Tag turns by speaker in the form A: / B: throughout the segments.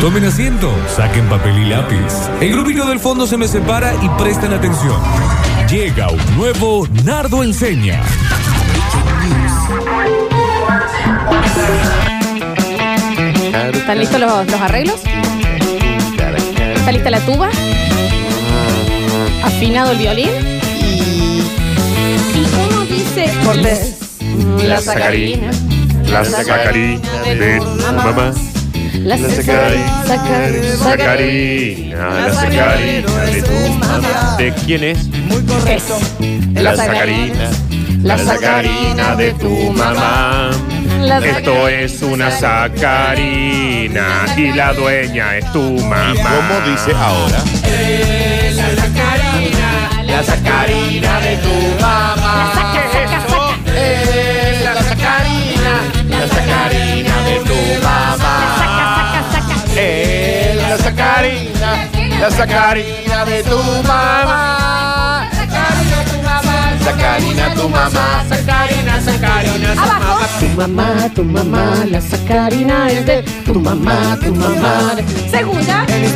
A: Tomen asiento, saquen papel y lápiz. El grupito del fondo se me separa y presten atención. Llega un nuevo Nardo Enseña.
B: ¿Están listos los, los arreglos? ¿Está lista la tuba? ¿Afinado el violín? ¿Y, y cómo dice Cortés?
C: La sacarina. La sacarina de tu mamá.
B: La sacarina.
C: Sacarina, ah, la sacarina de tu mamá. ¿De quién es? La sacarina. La sacarina de tu mamá.
B: La
C: Esto es una sacarina y la dueña es tu mamá. Eh,
D: ¿Cómo dice ahora?
C: La sacarina de tu mamá. Es la sacarina, la sacarina de tu mamá. Es la sacarina, la sacarina de tu mamá. Sacarina tu mamá, sacarina, sacarina, tu mamá.
B: Tu mamá, tu mamá, la sacarina es de tu mamá, tu mamá. Segunda es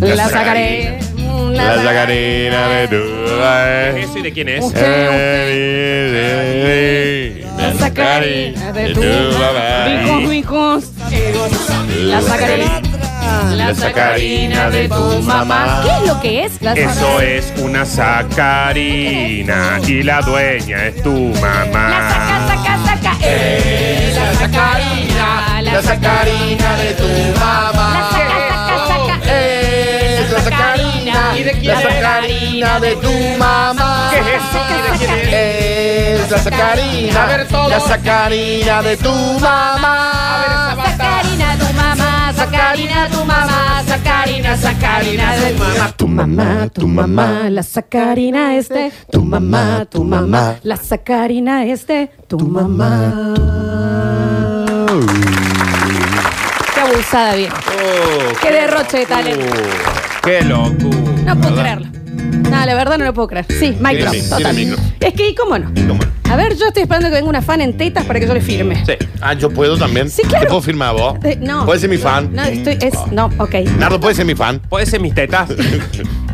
B: la
C: La
B: sacarina.
C: sacarina. La sacarina de tu ¿Ese de quién es?
B: La
C: La
B: sacarina de tu Vicos,
C: mamá.
B: vicos. La sacarina.
C: La sacarina de tu mamá.
B: ¿Qué es lo que es? La
C: Eso
B: sacarina.
C: es una sacarina y la dueña es tu
B: La saca,
C: mamá.
B: saca, saca. Es la sacarina. La
C: sacarina de tu
B: La
C: mamá.
B: saca, saca, saca.
C: Es
B: la sacarina. ¿Y de quién La es? sacarina
C: de tu mamá. ¿Qué es eso? ¿Y de quién es?
E: Es la sacarina,
C: A ver, todos.
E: la sacarina de tu mamá.
B: Sacarina tu mamá, sacarina tu mamá, sacarina, sacarina de tu mamá.
E: Tu mamá, tu mamá,
B: La sacarina este,
E: tu mamá, tu mamá,
B: la sacarina este, tu mamá. Qué abusada, viejo. Qué derroche de talento.
C: Qué loco.
B: No puedo creerlo. No, la verdad no lo puedo creer. Sí, micro,
C: Tiene mic-
B: total.
C: tiene micro.
B: Es que, ¿y cómo no? A ver, yo estoy esperando que venga una fan en tetas para que yo le firme.
C: Sí.
D: Ah, yo puedo también.
B: Sí, claro.
D: ¿Te puedo firmar a vos?
B: Eh, no.
D: ¿Puedes ser mi fan?
B: No, estoy, es, no, ok.
D: Nardo, ¿puedes ser mi fan?
C: ¿Puede ser mis tetas?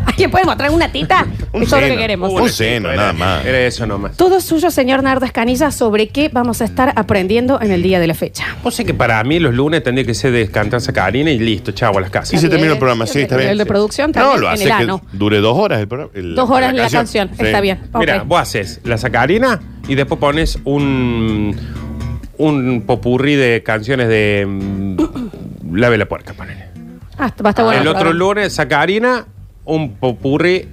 B: ¿Alguien puede mostrar una tita?
D: Un
B: Eso es lo que
D: seno.
B: queremos.
D: Un seno,
C: Era-
D: nada más.
C: Era eso nomás.
B: Todo suyo, señor Nardo Escanilla, sobre qué vamos a estar aprendiendo en el día de la fecha.
C: Vos sé que para mí los lunes tendría que ser descantar sacarina y listo, chavo, a las
D: Y
C: casas.
D: se termina el programa, sí, está bien.
B: El de
D: Sí.
B: producción
D: No,
B: también,
D: lo
B: en
D: hace
B: el
D: que
B: ano.
D: dure dos horas el programa. el-
B: Dos horas la canción, está bien. Ok.
C: Mira, vos haces la sacarina y después pones un un popurrí de canciones de mm, Lave la puerca, ponele.
B: Ah, va a estar bueno.
C: el otro
B: programa.
C: lunes sacarina, un popurrí.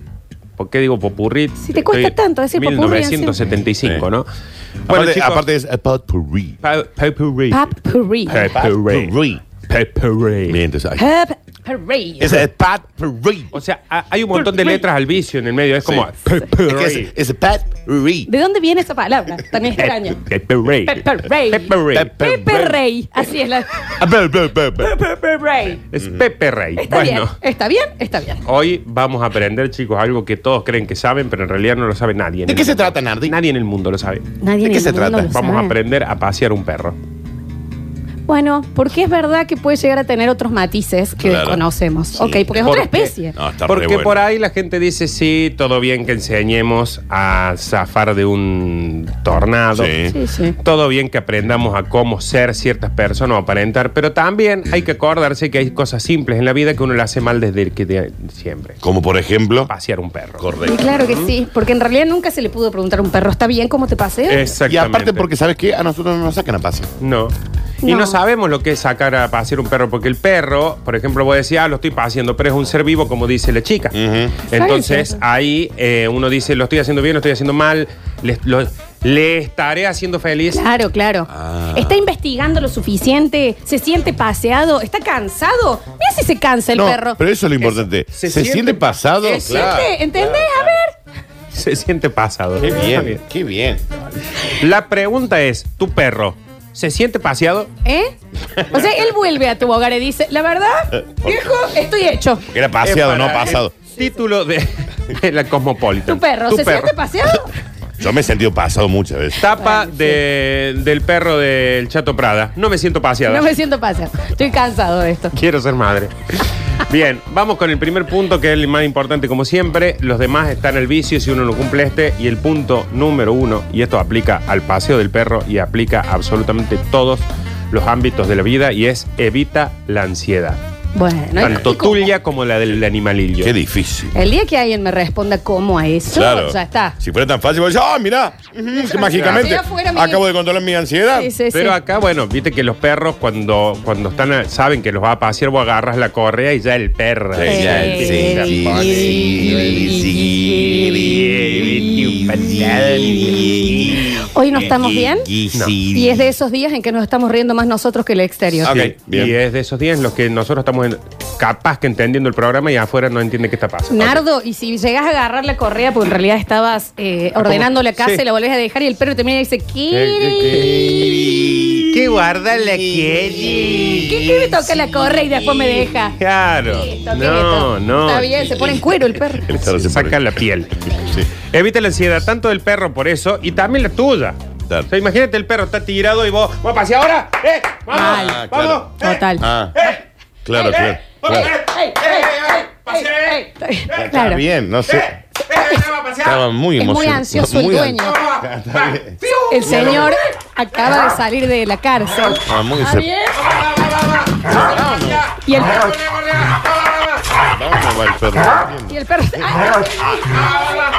C: ¿Por qué digo popurrí?
B: Si te cuesta tanto decir popurrí,
C: 1975,
D: sí.
C: ¿no?
D: Aparte,
C: chicos,
D: aparte es about potpourri.
C: pa- popurrí.
B: Papurri.
C: Popurrí.
D: Potpourri.
C: Popurrí.
D: Bien, entonces, ahí.
B: Papurri.
D: Esa es potpourri.
C: O sea, ha- hay un montón de letras al vicio en el medio. Es como.
D: Es que es- Es potpourri.
B: ¿De dónde viene esa palabra tan extraña?
C: Pepperrey.
B: Pepperrey.
C: Pepperrey.
D: Pepperrey.
B: Peperrey. Así es la.
D: Ah, pe- pe- pe- pe-
B: Peperrey.
C: Es Pepperrey.
B: Está bien.
C: Bueno,
B: Está bien, está bien.
C: hoy vamos a aprender, chicos, algo que todos creen que saben, pero en realidad no lo sabe nadie. en
D: ¿De
C: el
D: qué se
C: mundo.
D: trata, Nardi?
C: Nadie en el mundo lo sabe.
B: Nadie
D: ¿De
B: en
D: qué
B: el
D: se
B: mundo
D: trata?
B: lo
C: Vamos a
B: sabe.
C: aprender a pasear un perro.
B: Bueno, porque es verdad que puede llegar a tener otros matices que
D: Claro.
B: desconocemos. ok, porque es
C: ¿Por
B: otra
C: qué?
B: especie.
D: No, está re
C: Porque
D: bueno.
C: por ahí la gente dice, sí, todo bien que enseñemos a zafar de un tornado.
D: Sí.
B: Sí, sí.
C: Todo bien que aprendamos a cómo ser ciertas personas o aparentar, pero también hay que acordarse que hay cosas simples en la vida que uno le hace mal desde que de siempre.
D: Como por ejemplo.
C: Pasear un perro.
B: Y
D: Correcto.
B: claro que sí, porque en realidad nunca se le pudo preguntar a un perro, ¿está bien cómo te pasé?
D: Y
C: Exactamente.
D: aparte, porque sabes que a nosotros no nos sacan a pasear.
C: No. Y
B: No.
C: no sabemos lo que es sacar a pasear un perro, porque el perro, por ejemplo, vos decías, ah, lo estoy paseando, pero es un ser vivo, como dice la chica. Entonces,
B: Claro.
C: ahí eh, uno dice, lo estoy haciendo bien, lo estoy haciendo mal, le, lo- le estaré haciendo feliz.
B: Claro, claro.
D: Ah.
B: ¿Está investigando lo suficiente? ¿Se siente paseado? ¿Está cansado? Mira si se cansa el
D: no,
B: perro.
D: pero eso es lo importante.
C: se
D: ¿Se,
C: siente-
D: siente, pasado?
C: se
D: Claro.
B: ¿Siente? ¿Entendés? A ver.
C: Se siente pasado.
D: Qué
C: Está
D: bien, qué bien.
C: La pregunta es, ¿tu perro se siente paseado?
B: ¿Eh? O sea, él vuelve a tu hogar y dice, la verdad, viejo, estoy hecho.
D: Era paseado,
C: Es
D: no
C: para-
D: pasado.
C: es Título de, de la Cosmopolitan.
B: ¿Tu perro se siente paseado?
D: Yo me he sentido pasado muchas veces.
C: Tapa
B: Ay, sí.
C: de- del perro del Chato Prada. No me siento paseada.
B: No me siento pasar. Estoy cansado de esto.
C: Quiero ser madre. Bien, vamos con el primer punto que es el más importante como siempre. Los demás están al vicio si uno no cumple este. Y el punto número uno, y esto aplica al paseo del perro y aplica a absolutamente todos los ámbitos de la vida, y es evita la ansiedad.
B: Bueno,
C: Tanto
B: y como-
C: tuya como la del animalillo.
D: Qué difícil.
B: el día que alguien me responda cómo a eso, ya está.
D: Si fuera tan fácil, vos decís, ah, mirá, ujú, que mágicamente
B: Si fuera mi-
D: acabo de controlar mi ansiedad.
B: Sí, sí,
C: Pero
B: sí.
C: acá, bueno, viste que los perros cuando, cuando están a- saben que los va a pasear, vos agarras la correa y ya el perro.
D: Sí,
C: ya
D: ya,
C: el-
D: sí,
C: ya
D: sí,
C: pone.
B: Hoy no estamos bien.
D: No.
B: Y es de esos días en que nos estamos riendo más nosotros que el exterior.
D: Ah,
C: Sí,
D: Ok, bien.
C: Y es de esos días en los que nosotros estamos en- capaz que entendiendo el programa y afuera no entiende qué está pasando.
B: Nardo, y si llegas a agarrar la correa, porque en realidad estabas eh, ordenando la casa
C: Sí.
B: y la volvés a dejar y el perro te mira y dice, ¿qué?
C: ¿Qué, guarda la
B: ¿Qué, qué me toca la correa y después me deja?
C: Claro.
B: Listo, qué
C: No,
B: listo.
C: no.
B: Está bien, se pone en cuero el perro.
D: El perro se
C: Se saca
D: pone-
C: la piel.
D: Sí.
C: Evita la ansiedad tanto del perro por eso y también la tuya.
D: Claro.
C: O sea, imagínate el perro está tirado y vos, vamos a pasear ahora. ¡Eh! ¡Vamos!
B: Mal.
D: Ah, claro.
C: ¡Vamos! ¡Eh!
B: Total.
D: Ah,
C: ¡Eh!
D: claro,
C: ¡Eh!
D: claro.
C: ¡Vamos!
D: claro.
C: ¡Eh! ¡Eh! ¡Eh! ¡Pasea! ¡Eh!
D: Está
B: Claro.
D: bien, no
C: ¡Eh!
D: sé.
C: ¡Vamos a pasear!
D: Estaba muy
B: Es muy
D: emocionado.
B: ansioso el
D: Muy
B: dueño.
D: an-
C: ¡Vamos! ¡Va! ¡Fiu!
B: El señor acaba de salir de la cárcel.
D: Ah, muy
B: ¿Está bien? Y el,
D: ¿Dónde va el perro?
B: y el perro... ¡Ah!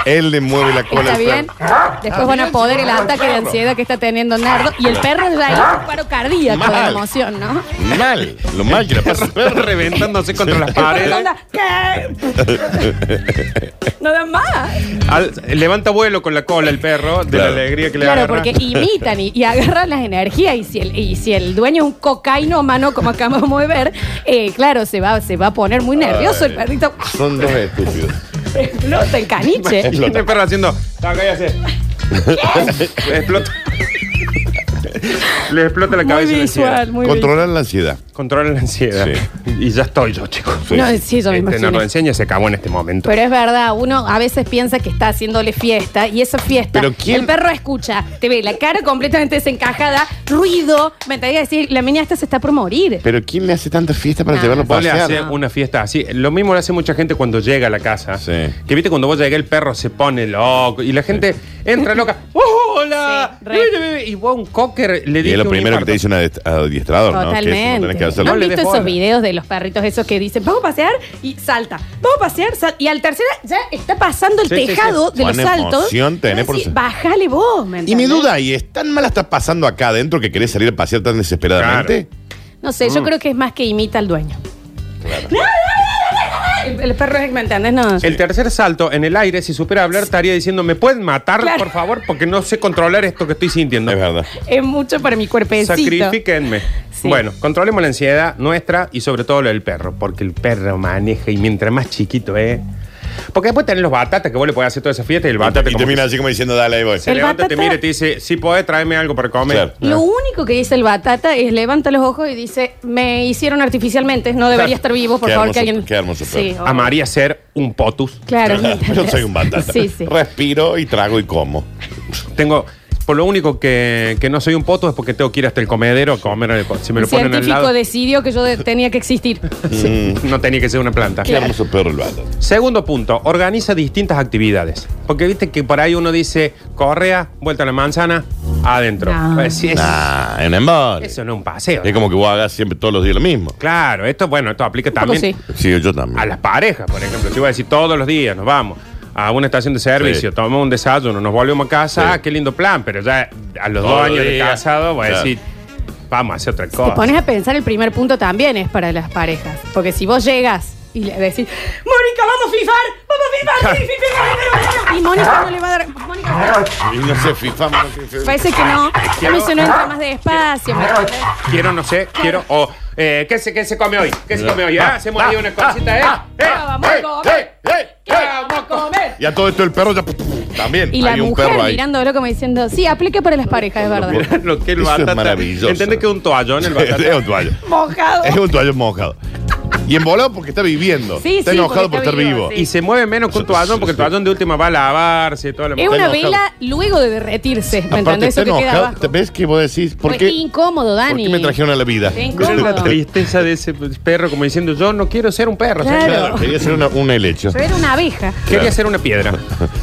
D: Él le mueve la cola
B: Está
D: al
B: bien.
D: perro.
B: Después van a poder el ataque de ansiedad que está teniendo Nardo. Y el perro es ahí un paro cardíaco de
D: Mal.
B: emoción, ¿no?
D: Mal, lo mal que la pasa el
C: Perro
D: perro.
C: reventándose contra las
B: Pero
C: paredes.
B: onda, ¿qué? No da más.
C: Al- levanta vuelo con la cola el perro de la
D: Claro.
C: alegría que le
B: Claro,
C: agarra.
B: porque imitan y, y agarran las energías. Y si, el, y si el dueño es un cocainómano, como acabamos de ver, eh, claro, se va, se va a poner muy nervioso el perrito.
D: Son dos estúpidos.
B: Explota el caniche.
C: Imagínate el perro haciendo. Acá y hace. Le explota. Le explota la
B: Muy
C: cabeza. y la
B: visual,
C: ansiedad.
B: muy visual.
D: Controlar la ansiedad.
C: Controla la ansiedad. Y ya estoy yo, chicos.
D: Sí.
B: No, sí, yo me
C: Este
B: imagino.
C: nos lo enseña, se acabó en este momento.
B: Pero es verdad, uno a veces piensa que está haciéndole fiesta y esa fiesta,
D: Pero ¿quién-
B: el perro escucha, te ve la cara completamente desencajada, ruido, me entraría a decir, la niña esta se está por morir.
D: Pero ¿quién le hace tanta fiesta para
B: No.
D: llevarlo a
C: Vos le haces
D: pasear?
B: No.
C: una fiesta así. Lo mismo lo hace mucha gente cuando llega a la casa.
D: Sí.
C: Que viste, cuando vos llegas el perro se pone loco y la gente entra loca. ¡Oh, ¡Hola!
B: Sí, re.
C: y vos a un cocker le
D: Y
C: dices.
D: es lo primero que te dice un adest- adiestrador, ¿no? Que eso no
B: Totalmente.
D: tenés que
B: ¿No
D: hacerlo.
B: han
C: le
B: visto
C: des
B: esos
C: bola.
B: videos de los perritos esos que dicen, vamos a pasear y salta, vamos a pasear, sal- y al tercera ya está pasando el
C: Sí, sí,
B: tejado
D: sí.
B: de los
D: Buena
B: saltos.
D: emoción tenés por
B: Vos decís,
D: ser-
B: Bájale vos, ¿me
D: Y mi
B: entendés?
D: duda, ¿y es tan mala estás pasando acá adentro que querés salir a pasear tan desesperadamente?
B: No sé,
D: Mm.
B: yo creo que es más que imita al dueño. El, el perro es, ¿me entendés? No.
C: El tercer salto en el aire, si supiera hablar, estaría diciendo, ¿me pueden matar,
B: Claro.
C: por favor? Porque no sé controlar esto que estoy sintiendo.
D: Es verdad.
B: Es mucho para mi cuerpecito.
C: Sacrifíquenme.
B: Sí.
C: Bueno, controlemos la ansiedad nuestra y sobre todo la del perro, porque el perro maneja y mientras más chiquito es. Porque después tenés los batatas que vos le podés hacer toda esa fiesta y el batata
D: Y
C: como
D: termina
C: que
D: así como diciendo, dale, ahí voy.
C: se
B: El
C: levanta, te
B: batata-
C: mira y te dice, si podés, tráeme algo para comer.
D: Claro.
B: Lo único que dice el batata es levanta los ojos y dice, me hicieron artificialmente, no debería estar vivo, por
D: Qué
B: favor,
D: hermoso-
B: que alguien...
D: qué hermoso perro.
B: oh.
C: Amaría ser un potus.
B: Claro. ¿me
D: Yo
B: entendés?
D: soy un batata.
B: Sí, sí.
D: Respiro y trago y como.
C: Tengo. Por lo único que, que no soy un potus es porque tengo que ir hasta el comedero a comer. el po- Si me
B: El
C: lo ponen al
B: científico
C: lado, mm,
B: decidió que yo de- tenía que existir.
C: no tenía que ser una planta.
D: Qué hermoso perro el batata.
C: Segundo punto, organiza distintas actividades. Porque viste que por ahí uno dice correa, vuelta a la manzana, adentro.
B: No.
C: Pues, sí, es-
D: Ah, en embole.
C: Eso no es un paseo.
D: Es como que vos hagas siempre todos los días lo mismo.
C: Claro, esto, bueno, esto aplica
B: poco
C: también
D: Sí, yo
C: a
D: también.
C: las parejas, por ejemplo. Te iba a decir todos los días, nos vamos a una estación de servicio,
D: Sí.
C: tomamos un desayuno, nos volvemos a casa,
D: Sí.
C: ah, qué lindo plan, pero ya a los
D: Todos
C: dos años de
D: días.
C: casado voy a
D: Claro.
C: decir, vamos a hacer otra
D: Ah.
B: Te
C: cosa.
B: pones a pensar, el primer punto también es para las parejas. Porque si vos llegas y le decís, Mónica, vamos a fifar, vamos a fifar, sí, sí, sí, sí, sí". Y Mónica no le va a dar... Mónica,
D: Y no se fifa, no se fifa.
B: parece que no. A mí se no entra más despacio. ¿me entendés?
C: Quiero, no sé, quiero, o, eh, ¿qué, se, ¿qué se come hoy? ¿Qué se come hoy? Ah, hacemos ahí una cosita, ¿eh? eh,
B: Vamos a comer,
D: ¡Eh, eh,
B: que vamos a comer.
D: Y a todo esto el perro ya. También.
B: Y la
D: hay un
B: mujer
D: perro ahí.
B: mirándolo como diciendo, sí, aplica para las parejas, es verdad.
D: Mira.
C: Lo que el
D: Eso es
C: batata.
D: maravilloso.
C: ¿Entendés que es un toallón el batata?
D: es un toallo.
B: Mojado.
D: Es un toallo mojado. Y embolado porque está viviendo.
B: Sí,
D: está
B: sí,
D: enojado
B: porque
D: por
B: está
D: estar
B: vivo,
D: vivo.
B: sí.
C: Y se mueve menos con tu toallón porque el toallón de última va a lavarse. Toda la
B: Es
D: Está
B: una
D: enojado.
B: vela luego de derretirse. ¿Me
D: Aparte
B: entendés?
D: está
B: Eso que queda
D: enojado.
B: abajo.
D: ¿Te ¿Ves que vos decís? ¿Por
B: Fue
D: qué,
B: incómodo,
D: ¿por
B: Dani.
D: qué me trajeron a la vida?
B: Qué incómodo.
C: Mira la tristeza de ese perro como diciendo yo no quiero ser un perro.
B: Claro.
C: señor.
D: Claro, quería ser una, un helecho.
B: Pero era una abeja.
C: Quería ser una piedra.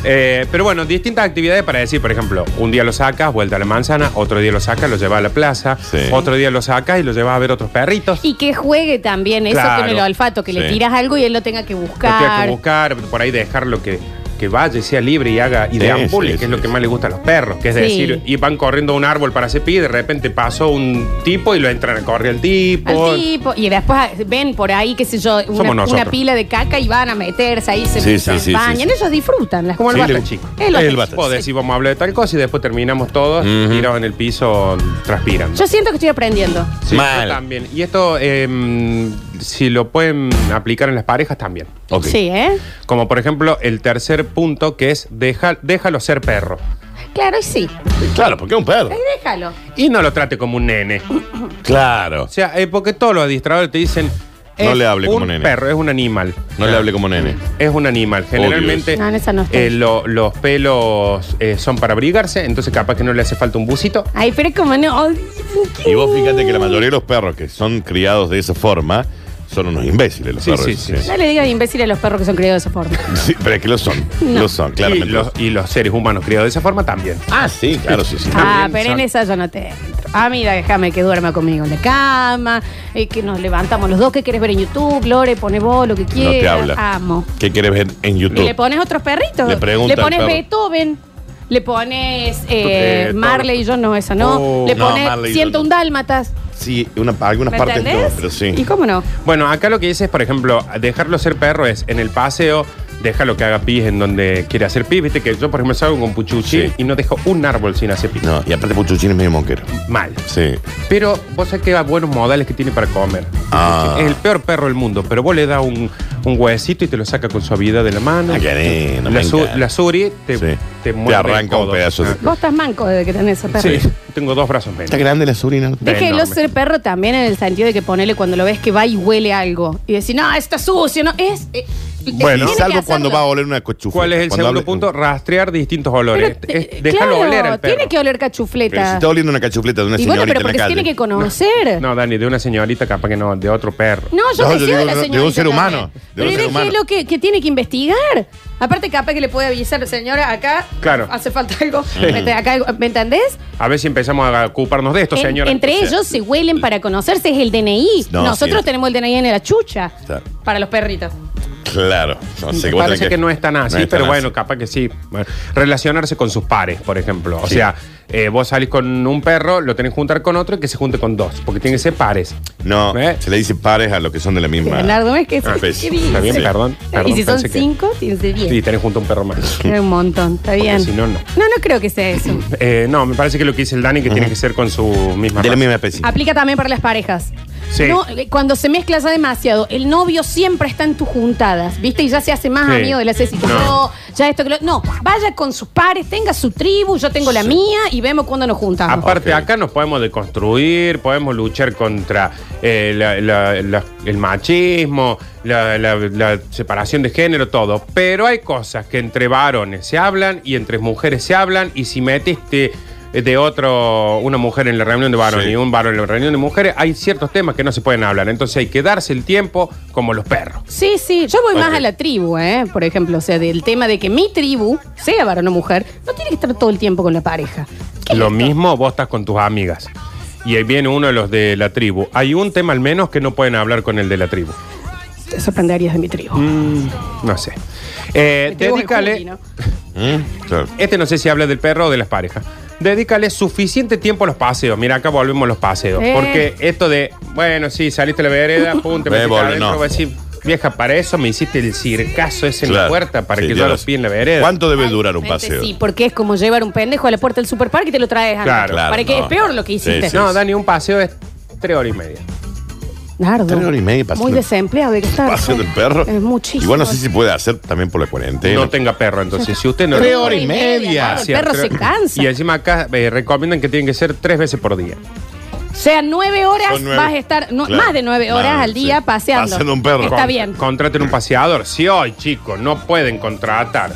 C: Eh, pero bueno, distintas actividades para decir, por ejemplo, un día lo sacas, vuelta a la manzana, otro día lo sacas, lo llevas a la plaza,
D: Sí.
C: otro día lo sacas y lo llevas a ver otros perritos.
B: Y que juegue también eso
C: Claro.
B: con el olfato, que le
D: Sí.
B: tiras algo y él lo tenga que
C: No tenga
B: buscar.
C: que buscar, por ahí dejarlo que, que vaya y sea libre y haga y
D: Sí,
C: deambule,
D: sí,
C: que es
D: sí,
C: lo que
D: sí.
C: más le gusta a los perros, que es
B: Sí.
C: decir, y van corriendo a un árbol para hacer pie y de repente pasó un tipo y lo entran a correr el tipo.
B: Al tipo, y después ah, ven por ahí, qué sé yo, una,
C: Somos nosotros.
B: una pila de caca y van a meterse ahí, se,
D: Sí,
B: se
D: sí, sí,
B: bañan.
D: sí, sí.
B: Ellos disfrutan las
C: Como el
D: Sí,
C: basta,
D: le-
C: chico.
B: El
D: el
B: basta.
D: basta.
C: Vos decís, vamos a hablar de tal cosa y después terminamos todos
D: Ujú.
C: tirados en el piso transpirando.
B: Yo siento que estoy aprendiendo.
C: Sí,
D: Mal.
C: yo también. Y esto, eh, si lo pueden aplicar en las parejas, también.
D: Ok.
B: Sí, ¿eh?
C: Como por ejemplo el tercer punto que es deja, déjalo ser perro.
B: Claro, y sí.
D: Claro, porque es un perro.
B: Ahí déjalo.
C: Y no lo trate como un nene.
D: Claro.
C: O sea, eh, porque todos los adiestradores te dicen.
D: No
C: es
D: le hable
C: un
D: como nene.
C: perro, es un animal.
D: No le hable como nene.
C: Es un animal. Generalmente
B: No, en esa no está.
C: eh, lo- los pelos eh, son para abrigarse, entonces capaz que no le hace falta un busito.
B: Ay, pero es como no. oh, ay,
D: Y vos fíjate que la mayoría de los perros que son criados de esa forma son unos imbéciles los
C: Sí,
D: perros.
C: sí, sí,
B: No le digas imbécil a los perros que son criados de esa forma.
D: Sí, pero es que lo son.
B: No.
D: Lo son,
C: Y
D: claramente.
C: los, y los seres humanos criados de esa forma también.
D: Ah, sí, claro, sí, sí.
B: Ah,
C: También
B: pero
C: son-
B: en esa yo no te entro. Ah, mira, déjame que duerma conmigo en la cama, eh, que nos levantamos los dos, que quieres ver en YouTube, Lore, pone vos, lo que
D: No
B: quieras.
D: te habla.
B: Amo.
D: ¿Qué quieres ver en
B: Y le
D: YouTube?
B: pones otros perritos.
D: Le pregunta al
B: pones
D: perro.
B: Beethoven. Le pones eh,
C: Eh,
B: Marley y yo no, esa no.
C: Oh,
B: le
D: no,
B: pones
D: Marley y yo
B: Siento
D: no.
B: un Dálmatas.
D: Sí, una, algunas
B: ¿Me
D: partes
B: entendés?
D: no, pero
B: ¿Y
D: sí.
B: cómo no?
C: Bueno, acá lo que dice es, por ejemplo, dejarlo ser perro es en el paseo, déjalo que haga pis en donde quiere hacer pis. Viste que yo, por ejemplo, salgo con Puchuchi
D: Sí.
C: y no dejo un árbol sin hacer pis.
D: No, y aparte Puchuchín es medio monquero.
C: Mal.
D: Sí.
C: Pero vos sabés que a buenos modales que tiene para comer.
D: Ah.
C: Es el peor perro del mundo, pero vos le das un, un huesito y te lo saca con suavidad de la mano.
D: Ah, qué
C: la,
D: lindo, me
C: su-
D: encanta.
C: la suri te,
D: Sí.
C: te
D: Te
C: muerde el
D: arranca
C: codo.
D: un pedazo de-
C: Ah.
B: Vos estás manco desde que tenés ese perro.
C: Sí, tengo dos brazos menos.
D: Está grande la sobrina.
B: Déjelo
C: enorme.
B: ser perro también en el sentido de que ponele cuando lo ves que va y huele algo. Y decir, no, está sucio, no. Es. eh, eh,
C: Bueno.
D: y
B: tiene que
D: salvo
B: hacerlo.
D: cuando va a oler una cochufa.
C: ¿Cuál es el
D: Cuando
C: segundo
D: hable-
C: punto? Rastrear distintos
B: Pero,
C: olores.
B: eh,
C: Es- déjalo
B: claro,
C: oler al perro.
B: Tiene que oler
D: Pero si
B: cachufleta.
D: está oliendo una cachufleta de una
B: Y
D: señorita
B: bueno, pero
D: en la
B: porque se
D: calle.
B: tiene que conocer.
C: No, Dani, de una señorita capaz que no, de otro perro.
B: No, yo
D: No,
B: me fío
D: yo
B: de
D: digo
B: la
D: de un- de
B: señorita
D: un ser
B: también.
D: humano, de un
B: Pero
D: ser
B: déjelo
D: humano.
B: Que, que tiene que investigar. Aparte, capaz que le puede avisar, señora, acá
C: Claro.
B: hace falta algo. Vete acá, algo, ¿Me entendés?
C: A ver si empezamos a ocuparnos de esto,
B: En-
C: señora.
B: entre ellos se huelen para conocerse, es el DNI.
D: No,
B: Nosotros
D: sí.
B: tenemos el DNI en la chucha
D: Claro.
B: para los perritos.
D: Claro. No sé,
C: Me
D: vos tenés
C: parece que, no es tan así,
D: no es tan
C: pero
D: así.
C: bueno, capaz que sí. Bueno, Relacionarse con sus pares, por ejemplo. O
D: Sí.
C: sea, eh, vos salís con un perro, lo tenés que juntar con otro y que se junte con dos, porque tienen que ser pares.
D: No,
C: ¿Eh?
D: se le dice pares a los que son de la misma.
B: Leonardo, ¿ves que
D: Ah, pues,
B: ¿qué
D: está
B: dice?
C: bien, perdón,
B: Y
C: perdón,
B: si son
C: pensé que-
B: cinco, tiene que ser diez.
C: Y tenés junto un perro más.
B: Era un montón, está bien.
C: si no, no.
B: No, no creo que sea eso.
C: Eh, no, me parece que lo que dice el Dani que tiene que ser con su misma
D: De la
C: raza.
D: misma especie.
B: Aplica también para las parejas.
C: Sí.
B: No, eh, cuando se mezcla ya demasiado, el novio siempre está en tus juntadas, ¿viste? Y ya se hace más
C: Sí.
B: amigo de la Ceci que
C: No.
B: yo, ya esto que lo. No, vaya con sus pares, tenga su tribu, yo tengo la mía y vemos cuando nos juntamos.
C: Aparte,
D: Ah, Ok.
C: acá nos podemos deconstruir, podemos luchar contra eh, la- la- la- el machismo, la, la- la separación de género, todo. Pero hay cosas que entre varones se hablan y entre mujeres se hablan. Y si metiste eh, de otro, una mujer en la reunión de varones
D: Sí.
C: y un varón en la reunión de mujeres, hay ciertos temas que no se pueden hablar. Entonces hay que darse el tiempo como los perros.
B: Sí, sí, yo voy más
D: Ok.
B: a la tribu, ¿eh? Por ejemplo, o sea, del tema de que mi tribu, sea varón o mujer, no tiene que estar todo el tiempo con la pareja. ¿Qué
C: Lo
B: es esto?
C: mismo vos estás con tus amigas. Y ahí viene uno de los de la tribu. Hay un tema al menos que no pueden hablar con el de la tribu.
B: Te sorprenderías de mi tribu.
C: No sé. Eh,
B: Mi tribu es Juli,
C: dedícale.
B: ¿no?
D: ¿Mm? Claro.
C: Este no sé si habla del perro o de las parejas. Dedícale suficiente tiempo a los paseos. Mira, acá volvemos a los paseos.
B: Eh.
C: Porque esto de, bueno, sí, saliste a la vereda, pum, te
D: Ve,
C: metiste
D: volve,
C: adentro,
D: no.
C: voy a decir, vieja, para eso me hiciste el circazo ese en la
D: Claro.
C: puerta para
D: Sí,
C: que
D: ya
C: yo
D: lo
C: los
D: sé.
C: pie en la vereda.
D: ¿Cuánto debe durar un
B: Realmente
D: paseo?
B: Sí, porque es como llevar un pendejo a la puerta del superparque y te lo traes a
C: Claro,
D: claro,
B: Para que
D: no.
B: es peor lo que hiciste.
D: Sí, sí.
C: No, Dani, un paseo es tres horas y media.
B: Nardo.
D: Tres horas y media pasando-
B: Muy desempleado de que estar.
D: Paseo del perro.
B: Es muchísimo.
D: Igual no sé si puede hacer también por la cuarentena.
C: No tenga perro, entonces. Si usted no
D: Tres
C: lo-
D: horas y media.
B: Nardo, El perro se
C: Tres-
B: cansa.
C: Y encima acá eh, recomiendan que tienen que ser tres veces por día.
B: O sea, nueve horas
D: Son nueve.
B: vas a estar, no,
D: Claro.
B: más de nueve horas
D: Más,
B: al día
D: sí.
B: paseando.
D: Paseando un perro.
B: Está
D: Con-
B: bien.
C: Contraten un paseador. Si hoy, chicos, no pueden contratar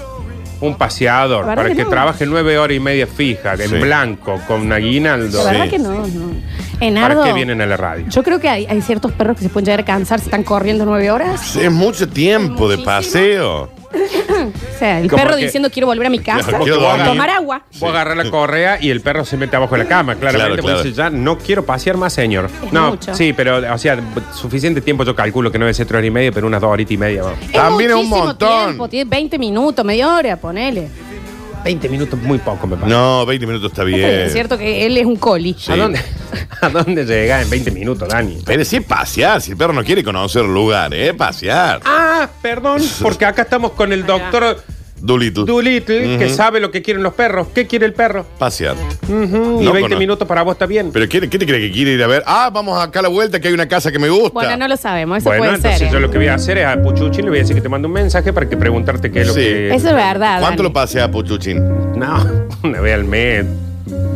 C: un paseador
B: La verdad
C: para
B: que
C: que
B: no.
C: trabaje nueve horas y media fija, en
D: Sí.
C: blanco, con
B: La
C: aguinaldo.
B: verdad
D: Sí.
B: que no, no.
C: ¿Para
B: Enardo,
C: qué vienen a la radio?
B: yo creo que hay, hay ciertos perros que se pueden llegar a cansar si están corriendo nueve horas.
D: Es mucho tiempo de
B: Muchísimo.
D: paseo.
B: O sea, el
C: Como
B: perro
C: que-
B: diciendo quiero volver a mi casa,
D: Claro, quiero
B: a
D: dormir.
B: tomar agua.
C: Vos agarrás la correa y el perro se mete abajo de la cama, claramente.
D: Claro, claro.
C: porque dice, ya no quiero pasear más, señor.
B: Es
C: no,
B: mucho.
C: sí, pero, o sea, suficiente tiempo yo calculo que no debe ser tres horas y media, pero unas dos horitas y media. vamos.
D: También es un
B: muchísimo
D: montón.
B: tiempo, tiene 20 minutos, media hora, ponele.
C: 20 minutos, muy poco, me parece.
D: No, 20 minutos está bien.
B: Este Es cierto que él es un coli.
D: Sí.
C: ¿A dónde? ¿A dónde llega en 20 minutos, Dani?
D: Pero sí es pasear, si el perro no quiere conocer el lugar, ¿eh? Pasear.
C: Ah, perdón, porque acá estamos con el doctor
D: Dulito.
C: Doolittle, que
D: Ujú.
C: sabe lo que quieren los perros. ¿Qué quiere el perro?
D: Pasear.
C: Ujú, y
D: No
C: 20
D: cono-
C: minutos para vos está bien.
D: ¿Pero qué, qué te crees que quiere ir a ver? Ah, vamos acá a la vuelta que hay una casa que me gusta.
B: Bueno, no lo sabemos, eso
C: bueno,
B: puede
C: entonces
B: ser. ¿eh?
C: yo lo que voy a hacer es a Puchuchi le voy a decir que te mando un mensaje para que preguntarte qué es lo
D: Sí.
C: que.
B: Eso es verdad.
D: ¿Cuánto
B: Dani.
D: lo pasea Puchuchín?
C: No, una vez al mes.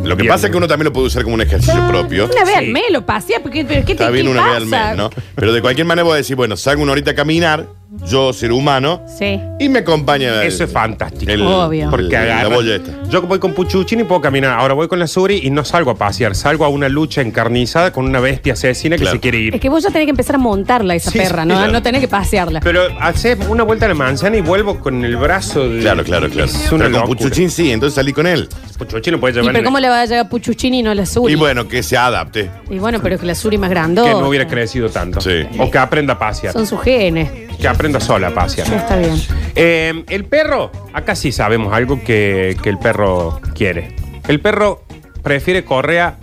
D: Lo que
C: Bien.
D: pasa es que uno también lo puede usar como un ejercicio propio.
B: Una vez al
C: Sí.
B: mes lo pasé, porque- pero ¿qué te
D: Está bien
B: qué
D: una vez al
B: pasa?
D: mes, ¿no? Pero de cualquier manera voy a decir, bueno, salgo una horita a caminar, yo ser humano,
B: Sí.
D: y me acompaña.
C: Eso es fantástico.
B: Obvio.
C: Porque
D: la
C: agarra-
D: boya esta.
C: Yo voy con Puchuchín y puedo caminar. Ahora voy con la Suri y no salgo a pasear. Salgo a una lucha encarnizada con una bestia asesina
D: Claro.
C: que se quiere ir.
B: Es que vos ya tenés que empezar a montarla esa
C: Sí,
B: perra,
C: sí,
B: ¿no?
D: claro.
B: No tenés que pasearla.
C: Pero hace una vuelta a la manzana y vuelvo con el brazo de.
D: Claro, claro, claro.
C: Es una
D: Pero con
C: locura.
D: Puchuchín sí, entonces salí con él.
C: Puchuchín lo puede
B: ¿Y
C: llevar.
B: pero
C: en-
B: cómo le va a llegar Puchuchini y no la Suri?
D: Y bueno, que se adapte.
B: Y bueno, pero es que la Suri más grande.
C: Que no hubiera crecido tanto.
D: Sí.
C: O que aprenda a pasear.
B: Son sus genes.
C: Que aprenda sola a pasear.
B: Ya está bien.
C: Eh, el perro, acá sí sabemos algo que, que el perro quiere. El perro prefiere correa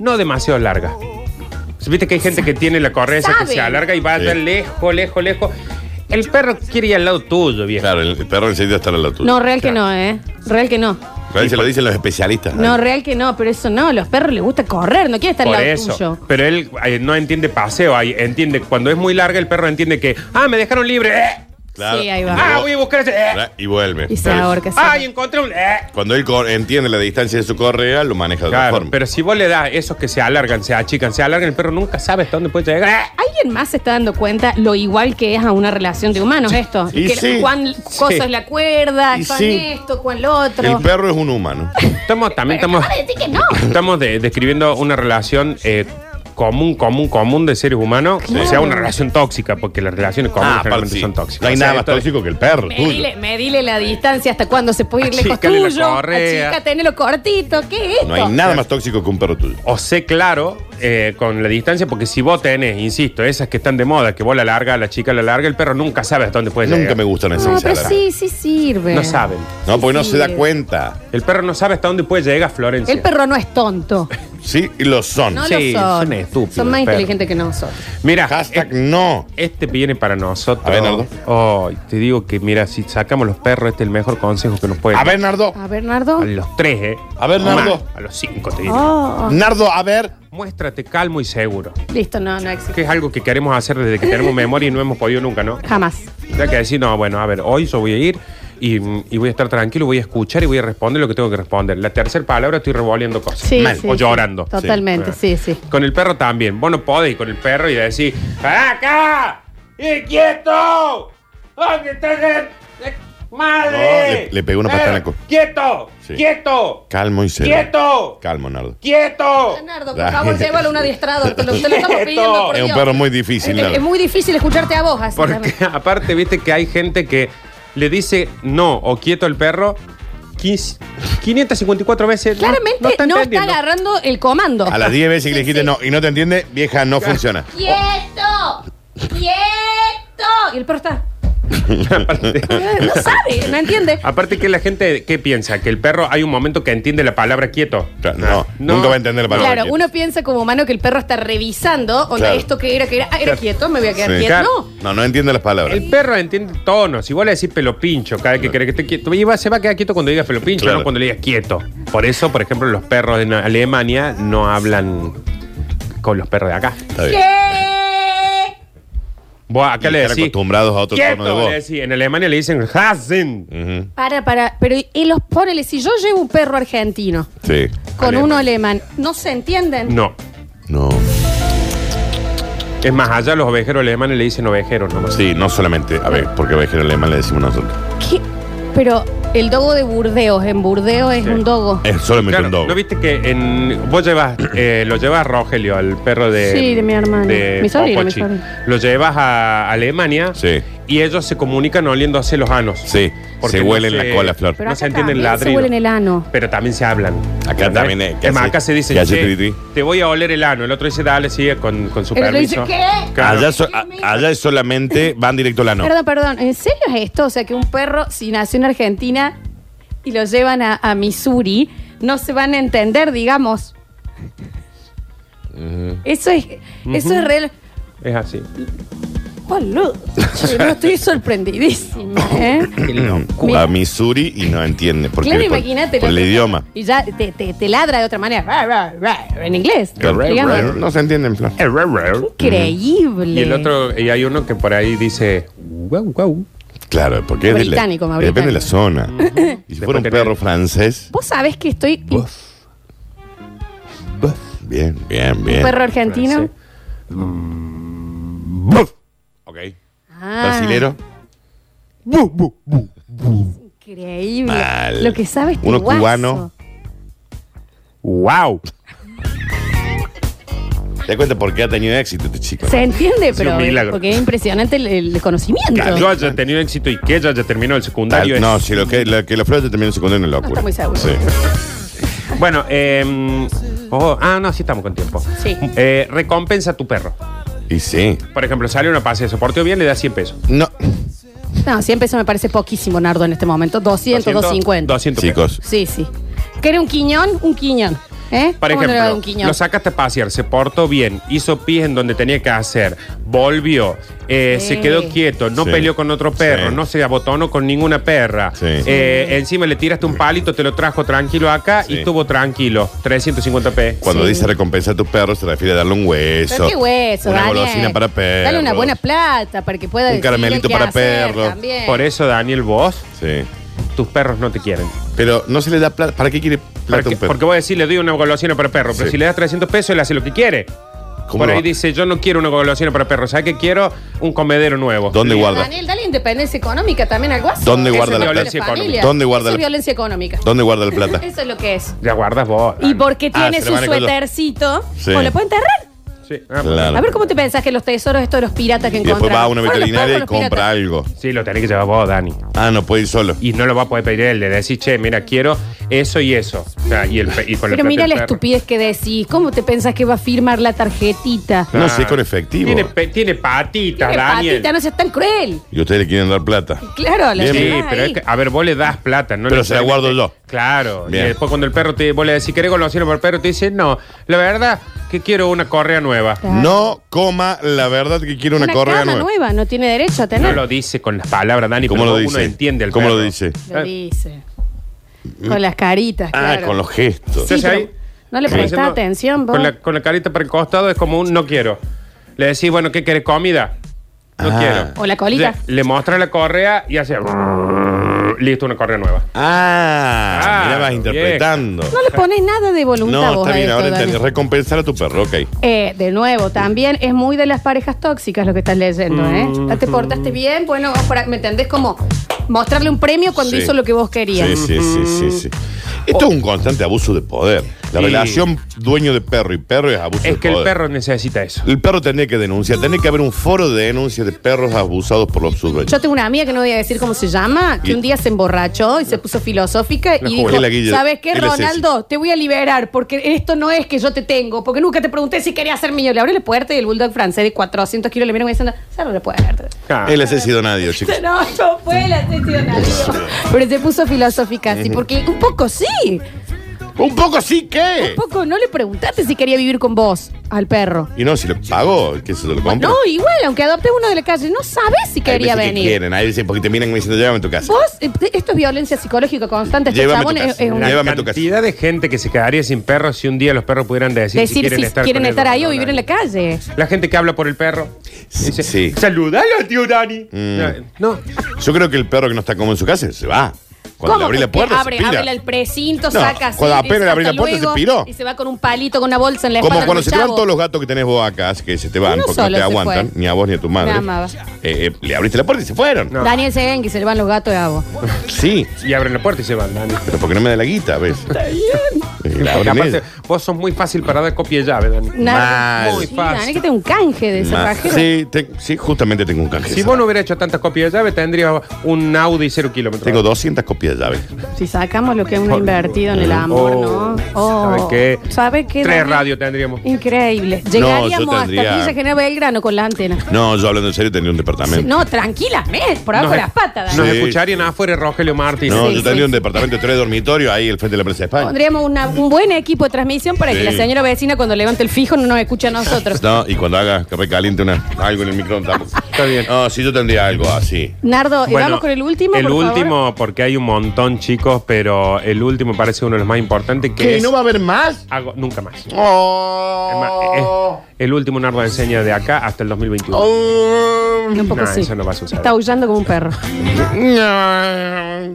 C: no demasiado larga. Viste que hay gente que tiene la correa esa que
B: Sabe.
C: se alarga y va
D: Sí.
C: de lejos, lejos, lejos. El perro quiere ir al lado tuyo, viejo.
D: Claro, el perro enseguida estará a la altura.
B: No, real que no, ¿eh? Real que no.
D: Pero ahí se lo dicen los especialistas.
B: No, real que no, pero eso no. Los perros les gusta correr, no quiere estar al
C: Por
B: lado
C: eso.
B: tuyo.
C: Pero él eh, no entiende paseo. ahí Entiende, cuando es muy larga, el perro entiende que, ah, me dejaron libre. eh.
D: Claro.
B: Sí, ahí va.
C: Ah, voy a buscar ese. eh.
D: Y vuelve.
B: Y se
D: Pero-
B: ahorca. sí.
C: Ay, encontré un. eh.
D: Cuando él cor- entiende la distancia de su correa, lo maneja de otra
C: Claro,
D: forma.
C: pero si vos le das esos que se alargan, se achican, se alargan, el perro nunca sabe hasta dónde puede llegar. ¡Ah!
B: ¿Alguien más se está dando cuenta lo igual que es a una relación de humanos esto?
D: Y
B: que
D: sí.
B: cuán cosa
C: Sí.
B: es la cuerda,
D: Y
B: cuán
D: sí.
B: esto, cuán lo otro.
D: El perro es un humano. Ah,
C: Estamos, también
B: eh, Pero
C: estamos,
B: acabas de decir que no.
C: estamos de- describiendo una relación eh, común, común, común de seres humanos. O sea, una relación tóxica, porque las relaciones comunes
D: Ah, aparte,
C: realmente
D: sí.
C: son tóxicas.
D: No hay
C: O sea,
D: nada más
C: esto es-
D: tóxico que el perro. tuyo.
B: Medile, medile la distancia hasta cuándo se puede ir lejos
C: Achícale la
B: tuyo.
C: correa.
B: Chica, tenelo cortito. ¿Qué es esto?
D: No hay nada más tóxico que un perro tuyo.
C: O sé claro eh, con la distancia, porque si vos tenés, insisto, esas que están de moda, que vos la larga, la chica la larga, el perro nunca sabe hasta dónde puede
D: Nunca
C: llegar.
D: me gustan esas
B: No, pero
D: ensaladas.
B: sí, sí sirve.
C: No saben.
D: No, porque no
B: Sí.
D: se da cuenta.
C: El perro no sabe hasta dónde puede llegar, Florencia.
B: El perro no es tonto.
D: Sí, y lo son.
B: No
C: Sí,
B: lo son.
C: son estúpidos,
B: Son más
C: perro.
B: inteligentes que nosotros.
C: Mira,
D: Hashtag no.
C: Este viene para nosotros.
D: A ver, Nardo.
C: Oh, te digo que, mira, si sacamos los perros, este es el mejor consejo que nos puede
D: A ver, Nardo.
B: A ver, Nardo.
C: A los tres, ¿eh?
D: A ver,
C: Más,
D: Nardo.
C: A los cinco, te digo.
B: Oh,
D: Nardo, a ver.
C: Muéstrate calmo y seguro.
B: listo, no, no existe.
C: Que es algo que queremos hacer desde que tenemos memoria y no hemos podido nunca, ¿no?
B: Jamás.
C: Ya que decir, no, bueno, a ver, hoy yo voy a ir y, y voy a estar tranquilo, voy a escuchar y voy a responder lo que tengo que responder. La tercera palabra estoy revolviendo cosas.
B: Sí,
D: Mal.
B: sí,
C: o
B: sí.
C: llorando.
B: Totalmente, sí, sí.
C: Con el perro también. Vos no podés ir con el perro y decir, ¡Acá! ¡Quieto! ¿Dónde estás? eh, eh,
D: No,
C: ¡Madre!
D: le- le pegó una
C: Perro,
D: patada en la co-
C: ¡Quieto!
D: Sí.
C: ¡Quieto!
D: Calmo y serio.
C: ¡Quieto!
D: Calmo, Nardo.
C: ¡Quieto!
B: Nardo,
D: por favor, llévalo a un
B: adiestrador. Te lo,
C: estamos pidiendo, por
D: Es un perro muy difícil,
B: Es,
D: Nardo.
B: muy difícil escucharte a vos así.
C: Porque aparte, viste que hay gente que le dice no o quieto al perro 15 554 veces. No-
B: Claramente no, está,
C: entendiendo.
B: agarrando el comando.
D: A las 10 veces que
B: Sí,
D: le dijiste
B: sí.
D: no y no te entiende, vieja, no funciona.
B: ¡Quieto! ¡Quieto! Y el perro está.
C: Aparte-
B: No sabe, no entiende.
C: Aparte que la gente, ¿qué piensa? Que el perro hay un momento que entiende la palabra quieto.
D: Claro, No, nunca va a entender la palabra.
B: Claro,
D: quieto.
B: uno piensa como humano que el perro está revisando. Onda,
D: Claro.
B: esto que era, que era. Ah, era
C: Claro.
B: quieto, me voy a quedar
D: Sí.
B: quieto.
C: Claro.
B: No.
D: No, no entiende las palabras.
C: El perro entiende tono. Si vos le decís pelo pincho cada vez que querés que esté quieto, y va- se va a quedar quieto cuando digas pelo pincho,
D: Claro.
C: no cuando le digas quieto. Por eso, por ejemplo, los perros en Alemania no hablan con los perros de acá.
D: Está bien.
B: ¿Qué?
C: Vos
D: Y
C: acá le
D: están
C: decís.
D: acostumbrados a otro tono de
C: Quieto,
D: voz.
C: le decís. En Alemania le dicen Hasen.
D: Ujú,
B: Para, para. Pero, y los ponele, si yo llevo un perro argentino
D: Sí.
B: con
C: Alemán.
B: uno alemán, ¿no se entienden?
C: No.
D: No.
C: Es más, allá los ovejeros alemanes le dicen ovejeros nomás.
D: Sí, no solamente. A ver, porque ovejero en alemán le decimos nosotros.
B: ¿Qué? Pero el dogo de Burdeos, en Burdeos es
C: Sí.
B: un dogo.
D: Es solamente
C: Claro,
D: un dogo.
C: ¿no viste que en, vos llevas, eh, lo llevas a Rogelio, al perro de...
B: Sí, de mi hermano.
C: de
B: Mi sobrino, mi
C: Popochi.
B: sobrino.
C: Lo llevas a Alemania
D: Sí.
C: y ellos se comunican oliéndose los anos.
D: Sí,
C: Porque
D: se
C: no
D: huele en
C: se-
D: la cola, Flor.
C: no
B: acá
C: se entiende el
B: también
C: ladrido.
B: Se huele en el ano.
C: Pero también se hablan.
D: Acá
C: ¿Entendés?
D: también es- ¿qué
C: Es más,
D: hace?
C: acá se dice,
D: ¿Qué hace,
C: "Che,
D: Titi?
C: te voy a oler el ano. El otro dice, dale, sigue con, con su
B: El otro
C: permiso.
B: dice, ¿qué?
C: Claro.
D: Allá, so- a- allá es solamente van directo al ano.
B: Perdón, perdón. ¿En serio es esto? O sea, que un perro, si nació en Argentina y lo llevan a, a Missouri, no se van a entender, digamos. Eso es, eso es real.
C: Es así.
B: Boludo, che, no, estoy sorprendidísima, ¿eh?
D: A Missouri y no entiende. Porque,
B: claro,
D: por-
B: imagínate.
D: Por el
B: la-
D: idioma.
B: Y ya te, te- te ladra de otra manera. Ra, ra, ra, en inglés. digamos.
D: No se entienden, Flor.
B: Increíble.
C: Y el otro, y hay uno que por ahí dice, wow, wow.
D: Claro, porque es de la-
B: Británico, más
D: depende de la
B: británico.
D: zona. Y si fuera un
C: tenés-
D: perro francés.
B: Vos sabés que estoy.
D: Bien, bien,
B: un
D: bien.
B: perro argentino.
D: Ok.
B: Ah,
D: Brasilero.
B: Increíble.
D: Mal.
B: Lo que este sabes
D: Uno cubano.
C: Wow.
D: ¿Te das cuenta por qué ha tenido éxito este chico?
B: Se entiende,
C: Sí,
B: pero.
C: un milagro.
B: Porque es impresionante el, el conocimiento.
C: Yo haya tenido éxito y que ella haya terminado el
D: Tal-
C: secundario. es-
D: no, si lo que, lo que los flores también se condenan locura.
B: está muy seguro.
D: Sí.
C: Bueno, eh, ojo, ah, no, sí estamos con tiempo.
B: Sí.
C: Eh, recompensa a tu perro.
D: Y sí.
C: Por ejemplo, sale una pase, se portó bien, le da 100 pesos.
D: No.
B: No, 100 pesos me parece poquísimo, Nardo, en este momento. 200, 250.
C: 200 pesos.
D: Chicos,
B: Sí, sí. ¿Quiere un quiñón? Un quiñón. ¿Eh?
C: Por
B: ¿Cómo no le va a dar
C: ejemplo,
B: un quiñón?
C: lo sacaste a pasear, se portó bien, hizo pis en donde tenía que hacer, volvió, eh,
B: Sí.
C: se quedó quieto, no
D: Sí.
C: peleó con otro perro,
D: Sí.
C: no se abotonó con ninguna perra.
D: Sí.
C: Eh, Encima le tiraste un palito, te lo trajo tranquilo acá
D: Sí.
C: y estuvo tranquilo. 350 p.
D: cuando
B: Sí.
D: dice recompensa a tu perro, se refiere a darle un hueso.
B: Pero qué hueso,
D: Una
B: Daniel.
D: golosina para perros.
B: Dale una buena plata para que pueda
D: Un
B: decidir
D: caramelito
B: qué
D: para
B: hacer
D: perros.
B: también.
C: Por eso, Daniel, vos,
D: Sí.
C: tus perros no te quieren.
D: Pero no se le da plata. ¿Para qué quiere plata a
C: Porque,
D: un perro?
C: porque voy a decir, le doy una golosina para perro, pero
D: Sí.
C: si le das 300 pesos, él hace lo que quiere.
D: ¿Cómo
C: Por
D: lo
C: ahí
D: va-
C: dice, yo no quiero una golosina para perro, ¿sabes qué quiero? Un comedero nuevo.
D: ¿Dónde guarda?
B: Daniel, dale independencia económica también al guaso.
D: ¿Dónde
B: Eso
D: guarda
B: es
D: la
B: violencia
C: plata?
B: familia.
D: ¿Dónde
B: Eso
D: guarda
B: es
D: la-
B: violencia económica.
D: ¿Dónde guarda la plata?
B: Eso es lo que es.
C: Ya guardas vos.
B: Y porque
D: Ah,
B: tiene
D: se le
B: su
D: van a colgar.
B: suétercito,
D: Sí.
B: o lo puede enterrar.
C: Sí, ah,
D: Claro.
B: A ver cómo te pensás que los tesoros estos de los piratas que
D: Y después
B: encontramos.
D: va a una
B: Fueron los
D: veterinaria y
B: perros, los
D: compra
B: piratas.
D: algo.
C: Sí, lo tenés que llevar vos, Dani.
D: Ah, no puede ir solo.
C: Y no lo va a poder pedir él. Le decís, che, mira, quiero eso y eso. O sea, y el pe- y con
B: Pero
C: plata
B: mira
C: del
B: la
C: perro.
B: estupidez que decís. ¿Cómo te pensás que va a firmar la tarjetita?
C: Claro.
D: No, sí, con efectivo.
C: Tiene, pe- tiene patitas,
B: Tiene
C: Daniel.
B: patita, no seas tan cruel.
D: Y ustedes le quieren dar plata.
B: Claro, la
D: Bien,
C: Sí,
B: llevás
C: pero
B: ahí.
C: es que, a ver, vos le das plata, ¿no?
D: Pero
C: le-
D: se la guardo yo.
C: Claro.
D: Bien.
C: Y después cuando el perro te, vos le decís, ¿querés golosina para el perro? Te dice, no, la verdad que quiero una correa nueva.
B: Claro.
D: No coma la verdad que quiere una,
B: una
D: correa
B: cama
D: nueva.
B: nueva, no tiene derecho a
C: No
B: tener.
C: lo dice con las palabras, Dani,
D: ¿Cómo
C: pero
D: lo
C: uno
D: dice?
C: entiende el
D: ¿Cómo
C: perro.
D: lo dice?
B: Lo dice. Con las caritas,
D: Eh. Mm. Ah,
B: claro.
D: con los gestos.
B: Sí,
C: Entonces
B: pero
C: ahí-
B: no le
C: Sí.
B: prestás
C: Diciendo-
B: atención, vos.
C: Con la, con la carita para el costado es como un no quiero. Le decís, bueno, ¿qué querés? ¿Comida? No
D: Ah.
C: quiero.
B: O la colita.
C: Le, le mostras la correa y hace... Listo, una correa nueva.
D: Ah,
C: Ah,
D: mirá, vas
C: bien.
D: interpretando.
B: No le pones nada de voluntad
D: Ah. No,
B: vos
D: está
B: a
D: bien,
B: esto,
D: ahora
B: Dani.
D: entendí. Recompensar a tu perro, ok.
B: Eh, de nuevo, también es muy de las parejas tóxicas lo que estás leyendo, ¿eh?
D: Mm.
B: Ya te portaste bien, bueno, vos por ahí- ¿me entendés? Como mostrarle un premio cuando
D: Sí.
B: hizo lo que vos querías.
D: Sí, sí, sí, sí, sí. Esto es un constante abuso de poder. La
C: Sí.
D: relación dueño de perro y perro es abuso
C: Es
D: de
C: que el
D: poder.
C: perro necesita eso.
D: El perro tendría que denunciar, tendría que haber un foro de denuncia de perros abusados por los subdueños.
B: Yo tengo una amiga que no voy a decir cómo se llama, que
D: Y-
B: un día se emborrachó y se puso filosófica
C: La
B: y
C: Julia.
B: dijo,
D: Es la Guille.
B: ¿sabes qué,
D: Es la Ceci.
B: Ronaldo? Te voy a liberar porque esto no es que yo te tengo, porque nunca te pregunté si querías ser mío. Le abrió la puerta y el bulldog francés de 400 kilos le miró y me diciendo, cerra la puerta.
C: Ah,
D: Él ha sido nadie, chicos.
B: No, no fue la sesión, amigo. Pero se puso filosófica así, porque un poco sí.
D: Un poco sí
B: Un
D: que.
B: poco no le preguntaste si quería vivir con vos al perro.
D: Y no, si lo pagó, que se lo compra.
B: No, igual, aunque adoptes uno de la calle, no sabes si
D: Hay
B: quería
D: veces que
B: venir.
D: quieren, ahí dicen, porque te miran diciendo, llévame a tu casa.
B: Vos, eh, esto es violencia psicológica constante. Este
D: Llévame a
B: chabón
D: tu
B: es,
D: casa.
B: es un-
D: Llévame
C: la
D: Llévame a tu
C: cantidad de gente que se quedaría sin perros si un día los perros pudieran decir, si
B: decir
C: quieren
B: si
C: estar,
B: quieren
C: con
B: estar
C: ellos,
B: ahí o
C: ¿no,
B: vivir en
C: Dani?
B: la calle.
C: La gente que habla por el perro.
D: Sí,
C: Dice,
D: sí.
C: Saludalo, tío Dani.
D: Mm.
C: No.
D: Yo creo que el perro que no está como en su casa se va. Cuando le
B: ¿Cómo
D: abrí
B: que
D: la puerta, se
B: abre,
D: pira.
B: abre el precinto,
D: No,
B: saca así,
D: cuando
B: dice,
D: apenas le abrí
B: "Hasta
D: la puerta, se
B: luego",
D: piró.
B: Y se va con un palito, con una bolsa en la espalda.
D: Como cuando se te
B: el
D: van
B: chavo.
D: todos los gatos que tenés vos acá, así que se te van
B: Uno
D: porque no
B: solo
D: te
B: se
D: aguantan,
B: fue.
D: ni a vos ni a tu madre.
B: Me amaba.
D: Eh, eh, le abriste la puerta y se fueron.
C: No.
B: Daniel Seguén, que se le van los gatos de agua.
D: Sí,
C: Y abren la puerta y se van, Dani.
D: pero porque no me da la guita Eh, a veces. Está bien.
C: Porque aparte, vos sos muy fácil para dar copia y llave, Dani.
B: Nada.
D: Mal.
C: Muy
B: Sí,
C: fácil.
B: Daniel, que tengo un canje de esa pajera.
D: sí, te- sí, justamente tengo un canje.
C: Si
D: esa.
C: vos no hubieras hecho tantas copias de llave, tendrías un Audi 0 kilómetros.
D: Tengo 200 copias de llave.
B: Si sacamos lo que uno ha invertido en el amor,
C: Oh,
B: ¿no? Oh,
C: ¿sabe qué?
B: ¿Sabe qué?
C: Tres
B: Daniel?
C: radios tendríamos.
B: Increíble.
D: No, yo
B: Llegaríamos hasta
D: tendría-
B: Villa General Belgrano con la antena.
D: No, yo hablando en serio tendría un
B: Sí,
D: departamento.
B: no, tranquilamente, por abajo
C: Nos-
B: de las patas,
C: Nos
B: Daniel.
D: Sí.
C: escucharían afuera Rogelio Martínez.
D: No,
B: Sí,
D: yo
B: sí,
D: tendría un
B: sí.
D: departamento de tres dormitorios ahí al frente de la Plaza de España.
B: Pondríamos una- un buen equipo de transmisión para que
D: Sí.
B: la señora vecina cuando levante el fijo no nos escuche a nosotros.
D: No, y cuando haga que recaliente una, algo en el microondas.
C: Está bien.
D: No, sí, yo tendría algo así.
B: Nardo, eh,
C: Bueno,
B: vamos con el último.
C: El
B: por favor?
C: último, porque hay un montón, chicos, pero el último parece uno de los más importantes que
D: ¿Qué?
C: es.
D: ¿No va a haber más?
C: Hago- nunca más. Es más, eh,
D: Oh.
C: es el último Nardo enseña de acá hasta el 2021.
D: Oh.
B: Un poco
C: No,
B: sí.
C: eso no va a suceder.
B: Está aullando como un perro.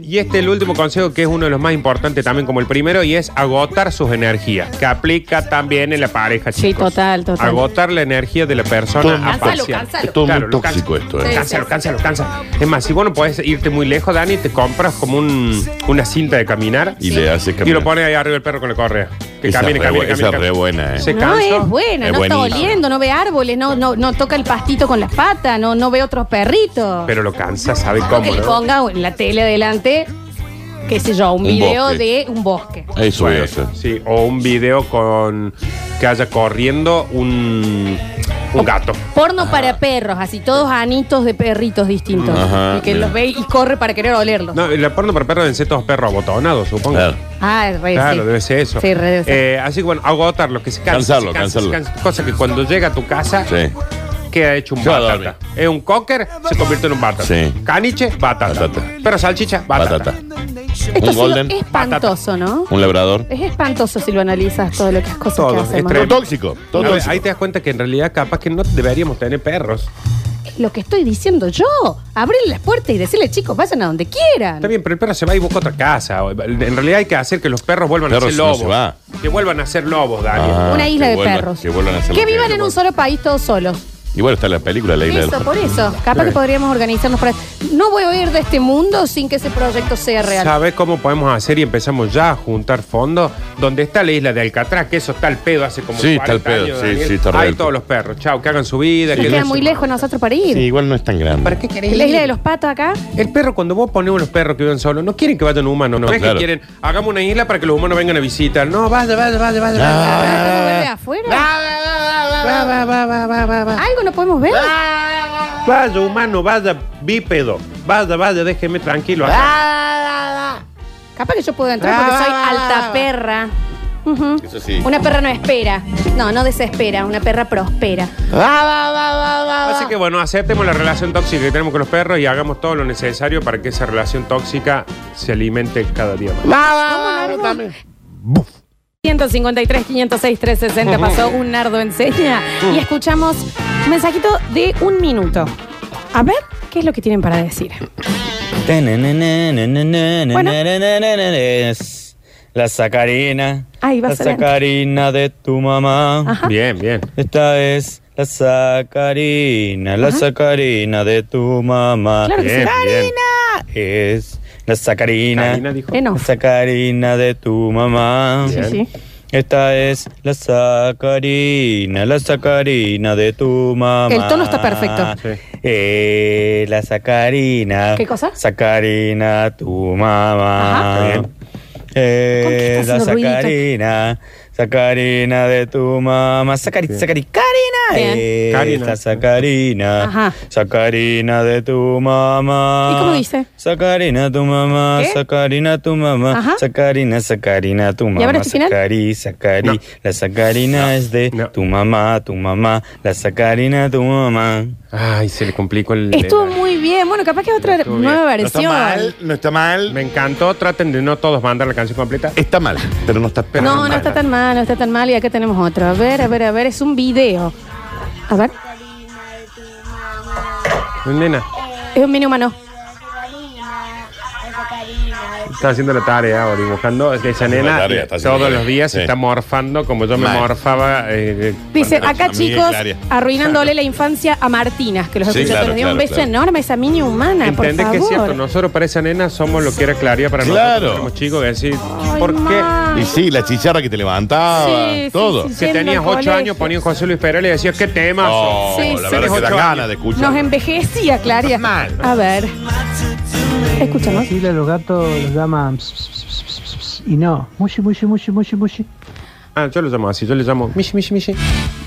C: Y este es el último consejo que es uno de los más importantes también como el primero y es agotar sus energías, que aplica también en la pareja,
B: Sí,
C: chicos.
B: total, total.
C: Agotar la energía de la
D: Todo muy
C: persona a
B: Cansalo,
C: parcial.
B: cansalo.
D: Es todo
C: Claro,
D: muy
C: lo
D: tóxico
C: cansa.
D: esto, eh.
B: Sí.
C: Cánsalo, cánsalo, cánsalo. Es más, si vos no podés irte muy lejos, Dani, te compras como un, una cinta de caminar
D: Y le haces
C: y
D: caminar.
C: lo pones ahí arriba el perro con la correa. Que
D: Esa
C: camine,
D: re
C: camine,
D: bu- esa
C: camine. camine.
D: re buena, eh.
C: Se
B: No
C: cansó.
B: es buena,
D: Es
B: no está
D: buenísima.
B: oliendo, no ve árboles, no, no, no toca el pastito con las patas, no, no ve otros perritos.
C: Pero lo cansa, ¿sabe
B: que
C: cómo?
B: le
C: no?
B: ponga en la tele adelante, qué sé yo, un,
D: Un
B: video
D: bosque.
B: de un bosque.
D: Eso voy a
C: Bueno,
D: hacer.
C: sí, o un video con que haya corriendo un, un gato.
B: Porno para perros, así todos anitos de perritos distintos.
D: Mm. Ajá,
B: y que
D: mira.
B: los ve y corre para querer olerlos.
C: No, la porno para perros deben ser todos perros abotonados, supongo.
D: Claro.
B: Ah, es re,
C: Claro,
B: sí.
C: debe ser eso.
B: Sí, re debe ser.
C: Eh, así que bueno, agotarlo, que se cansa.
D: Cansarlo,
C: se cansa, se
D: cansarlo.
C: cansa. cosa que cuando llega a tu casa,
D: Sí.
C: queda hecho un
D: Se va a
C: batata.
D: dormir.
C: Es un cocker, se convierte en un batata.
D: Sí.
C: Caniche, batata.
D: Batata.
C: Pero salchicha, batata.
D: Patata.
B: Esto
D: Un
B: ha sido
D: golden.
B: espantoso, ¿no?
D: Un labrador.
C: Eh,
B: Es espantoso si lo analizas todo lo que es cosas
C: Todo,
B: que
C: es
B: hacemos.
C: tremendo.
D: Tóxico. Todo
C: A ver,
D: tóxico.
C: ahí te das cuenta que en realidad capaz que no deberíamos tener perros.
B: Lo que estoy diciendo yo, abrir las puertas y decirle, chicos, vayan a donde quieran.
C: Está bien, pero el perro se va y busca otra casa. En realidad hay que hacer que los perros vuelvan
D: Perro,
C: a ser
D: si no
C: lobos.
D: se va.
C: Que vuelvan a ser lobos, Daniel.
D: Ah,
B: Una isla
D: que
B: de
D: vuelvan-
B: perros.
D: que vuelvan a hacer lo que-
B: vivan en un solo país todos solos.
D: Y bueno, está la película, la isla del
B: Eso, por eso. Capaz que podríamos organizarnos para. No voy a ir de este mundo sin que ese proyecto sea real.
C: ¿Sabes cómo podemos hacer? Y empezamos ya a juntar fondos. Donde está la isla de Alcatraz, que eso está al pedo hace como
D: Sí,
C: 40
D: está al pedo,
C: años.
D: sí,
C: Daniel.
D: sí, está re
C: Hay
D: al
C: todos
D: pedo.
C: los perros. Chao, que hagan su vida.
B: Y
C: que
B: queda
C: no
B: muy
C: se-
B: lejos de nosotros para ir.
D: Sí, igual no es tan grande.
C: ¿Para qué querés?
B: La isla de los patos acá.
C: El perro, cuando vos pones unos perros que viven solos, no quieren que vayan humanos. No,
D: No,
C: es que
D: claro.
C: quieren, hagamos una isla para que los humanos vengan a visitar. No, vaya, vaya, vaya, vaya.
D: Ah.
B: ¿Algo vuelve afuera?
C: Vaya, va, va, va, va, va, va.
B: ¿Algo no podemos ver?
D: Ah.
C: Vaya, humano, vaya, bípedo. Vaya, vaya, déjeme tranquilo. acá.
B: Capaz que yo puedo entrar
C: Ah.
B: porque soy alta perra. Ujú.
D: Eso sí.
B: Una perra no espera. No, no desespera. Una perra prospera.
C: Así que bueno, aceptemos la relación tóxica que tenemos con los perros y hagamos todo lo necesario para que esa relación tóxica se alimente cada día más.
D: Ah,
B: 153, 506, 360. Pasó un nardo enseña. Y escuchamos un mensajito de un minuto. A ver qué es lo que tienen para decir.
F: Es La sacarina.
B: Ahí va
F: La
B: saliendo.
F: sacarina de tu mamá.
B: Ajá.
C: Bien, bien.
F: Esta es la sacarina. La sacarina de tu mamá.
B: Claro que sí.
C: Bien, bien.
F: Es la sacarina.
C: Karina dijo.
B: Eh, no.
F: La sacarina de tu mamá.
B: Sí, sí.
F: Esta es la sacarina, la sacarina de tu mamá.
B: El tono está perfecto.
C: Sí.
F: Eh, la sacarina.
B: ¿Qué cosa?
F: Sacarina, tu
B: Ajá.
F: mamá.
C: Está bien.
B: ¿Con qué
F: Eh,
B: está
F: la
B: haciendo ruidito?
F: sacarina, sacarina de tu mamá. Sacari, sacari, carina.
B: Bien.
F: Eh,
C: Carina.
F: la sacarina,
B: Ajá.
F: sacarina de tu mamá.
B: ¿Y cómo dice?
F: Sacarina tu mamá,
B: ¿Qué?
F: sacarina tu mamá,
B: Ajá.
F: sacarina, sacarina tu mamá.
B: ahora este final?
F: Sacari, sacari,
C: No.
F: la sacarina es de
C: No.
F: tu mamá, tu mamá, la sacarina tu mamá.
C: Ay, se le complicó el.
B: Estuvo
C: el-
B: muy bien. Bueno, capaz que es otra
C: Estuvo
B: nueva
D: No
B: versión.
D: está mal, no está
C: Me
D: mal.
C: encantó. Traten de no todos mandar la canción completa.
D: Está mal, pero no está
C: Pero
B: no, no
C: no es
B: está
C: mala.
B: tan mal, no está tan mal. Y acá tenemos otro. A ver, a ver, a ver. Es un video. A ver.
C: Nena.
B: Es un mini humano.
C: Está haciendo la tarea o dibujando. Es que Esa
D: haciendo la
C: nena
D: tarea, está haciendo
C: todos
D: la
C: los
D: tarea.
C: días se
D: Sí.
C: está morfando como yo me
D: Mal.
C: morfaba. eh, eh,
B: Dice,
D: Cuando-
B: acá
D: a mí,
B: chicos,
D: Claria.
B: arruinándole la infancia a Martinas, que los
D: Sí,
B: escucha todos
D: claro,
B: los días. Un
D: claro,
B: beso
D: claro.
B: enorme a esa mini humana, por
C: ¿Entendés
B: favor.
C: que es cierto? Nosotros para esa nena somos lo que era Claria para
D: Claro.
C: nosotros. Éramos chicos que decir,
B: Ay,
C: ¿por qué?
B: ma.
D: Y sí, la chicharra que te levantaba,
B: Sí, sí,
D: todo.
B: sí, sí.
C: Que
B: Yendo
C: tenías
B: al
C: ocho
B: colegio.
C: años, ponían José Luis Perales y decías, ¿qué tema?
D: Oh,
B: Sí,
D: la
B: sí.
D: verdad que
C: Ocho
D: da
C: años.
D: ganas de escuchar.
B: Nos envejecía, Claria.
D: Mal.
B: A ver. Escuchamos.
G: Sí, los gatos los llaman ps, ps, ps, ps, ps, ps, y no, mushi, mushi, mushi, mushi, mushi.
C: Ah, yo lo llamo así, yo le llamo Mishi, Mishi, Mishi.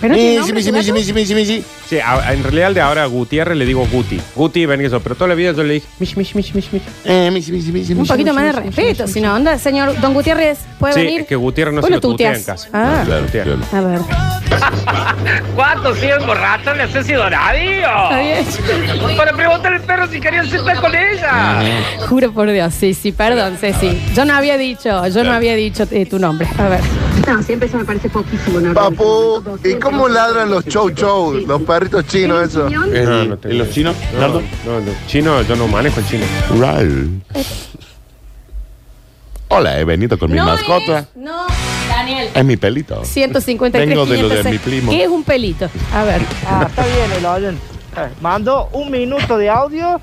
B: Pero no tiene nombre, ese gato.
C: Sí, a- a- en realidad al de ahora a Gutiérrez le digo Guti. Guti, ven eso. Pero toda la vida yo le dije Mishi, Mishi, Mishi, Mishi. Mishi.
D: Eh,
B: Un poquito más de respeto, si no, onda, señor Don Gutiérrez, ¿puede
C: Sí,
B: venir?
C: es que Gutiérrez no
B: Vos
C: se
B: lo
C: lo tutean
B: tuteas.
C: casi.
B: Ah,
D: Claro, claro.
B: a ver.
H: ¿Cuántos siguen borrachos les he sido nadie?
B: Está bien.
H: Para preguntarle al perro si querían sentar con ella.
B: Juro por Dios, sí, sí, perdón, Ceci. Yo no había dicho, yo no había dicho eh, tu nombre. A ver.
I: No, siempre eso me parece poquísimo. ¿no?
E: Papu, ¿y
I: Siempre
E: cómo
I: me parece
E: ladran los
I: poquísimo.
E: chow chow,
I: Sí,
E: los
I: sí.
E: perritos chinos, eso?
I: Opinión,
D: Eh,
C: No, no tengo
D: ¿Y los chinos?
C: No,
D: Nardo?
C: no, no. Chino, yo no manejo el chino.
D: Raúl. Hola, he venido con mi
B: no eh.
D: mascota.
B: es- no, Daniel.
D: Es mi pelito.
B: 153
D: Vengo de lo de
B: 506.
D: mi primo.
B: ¿Qué es un pelito? A ver.
J: Ah, está bien, el oyen. Eh, Mando un minuto de audio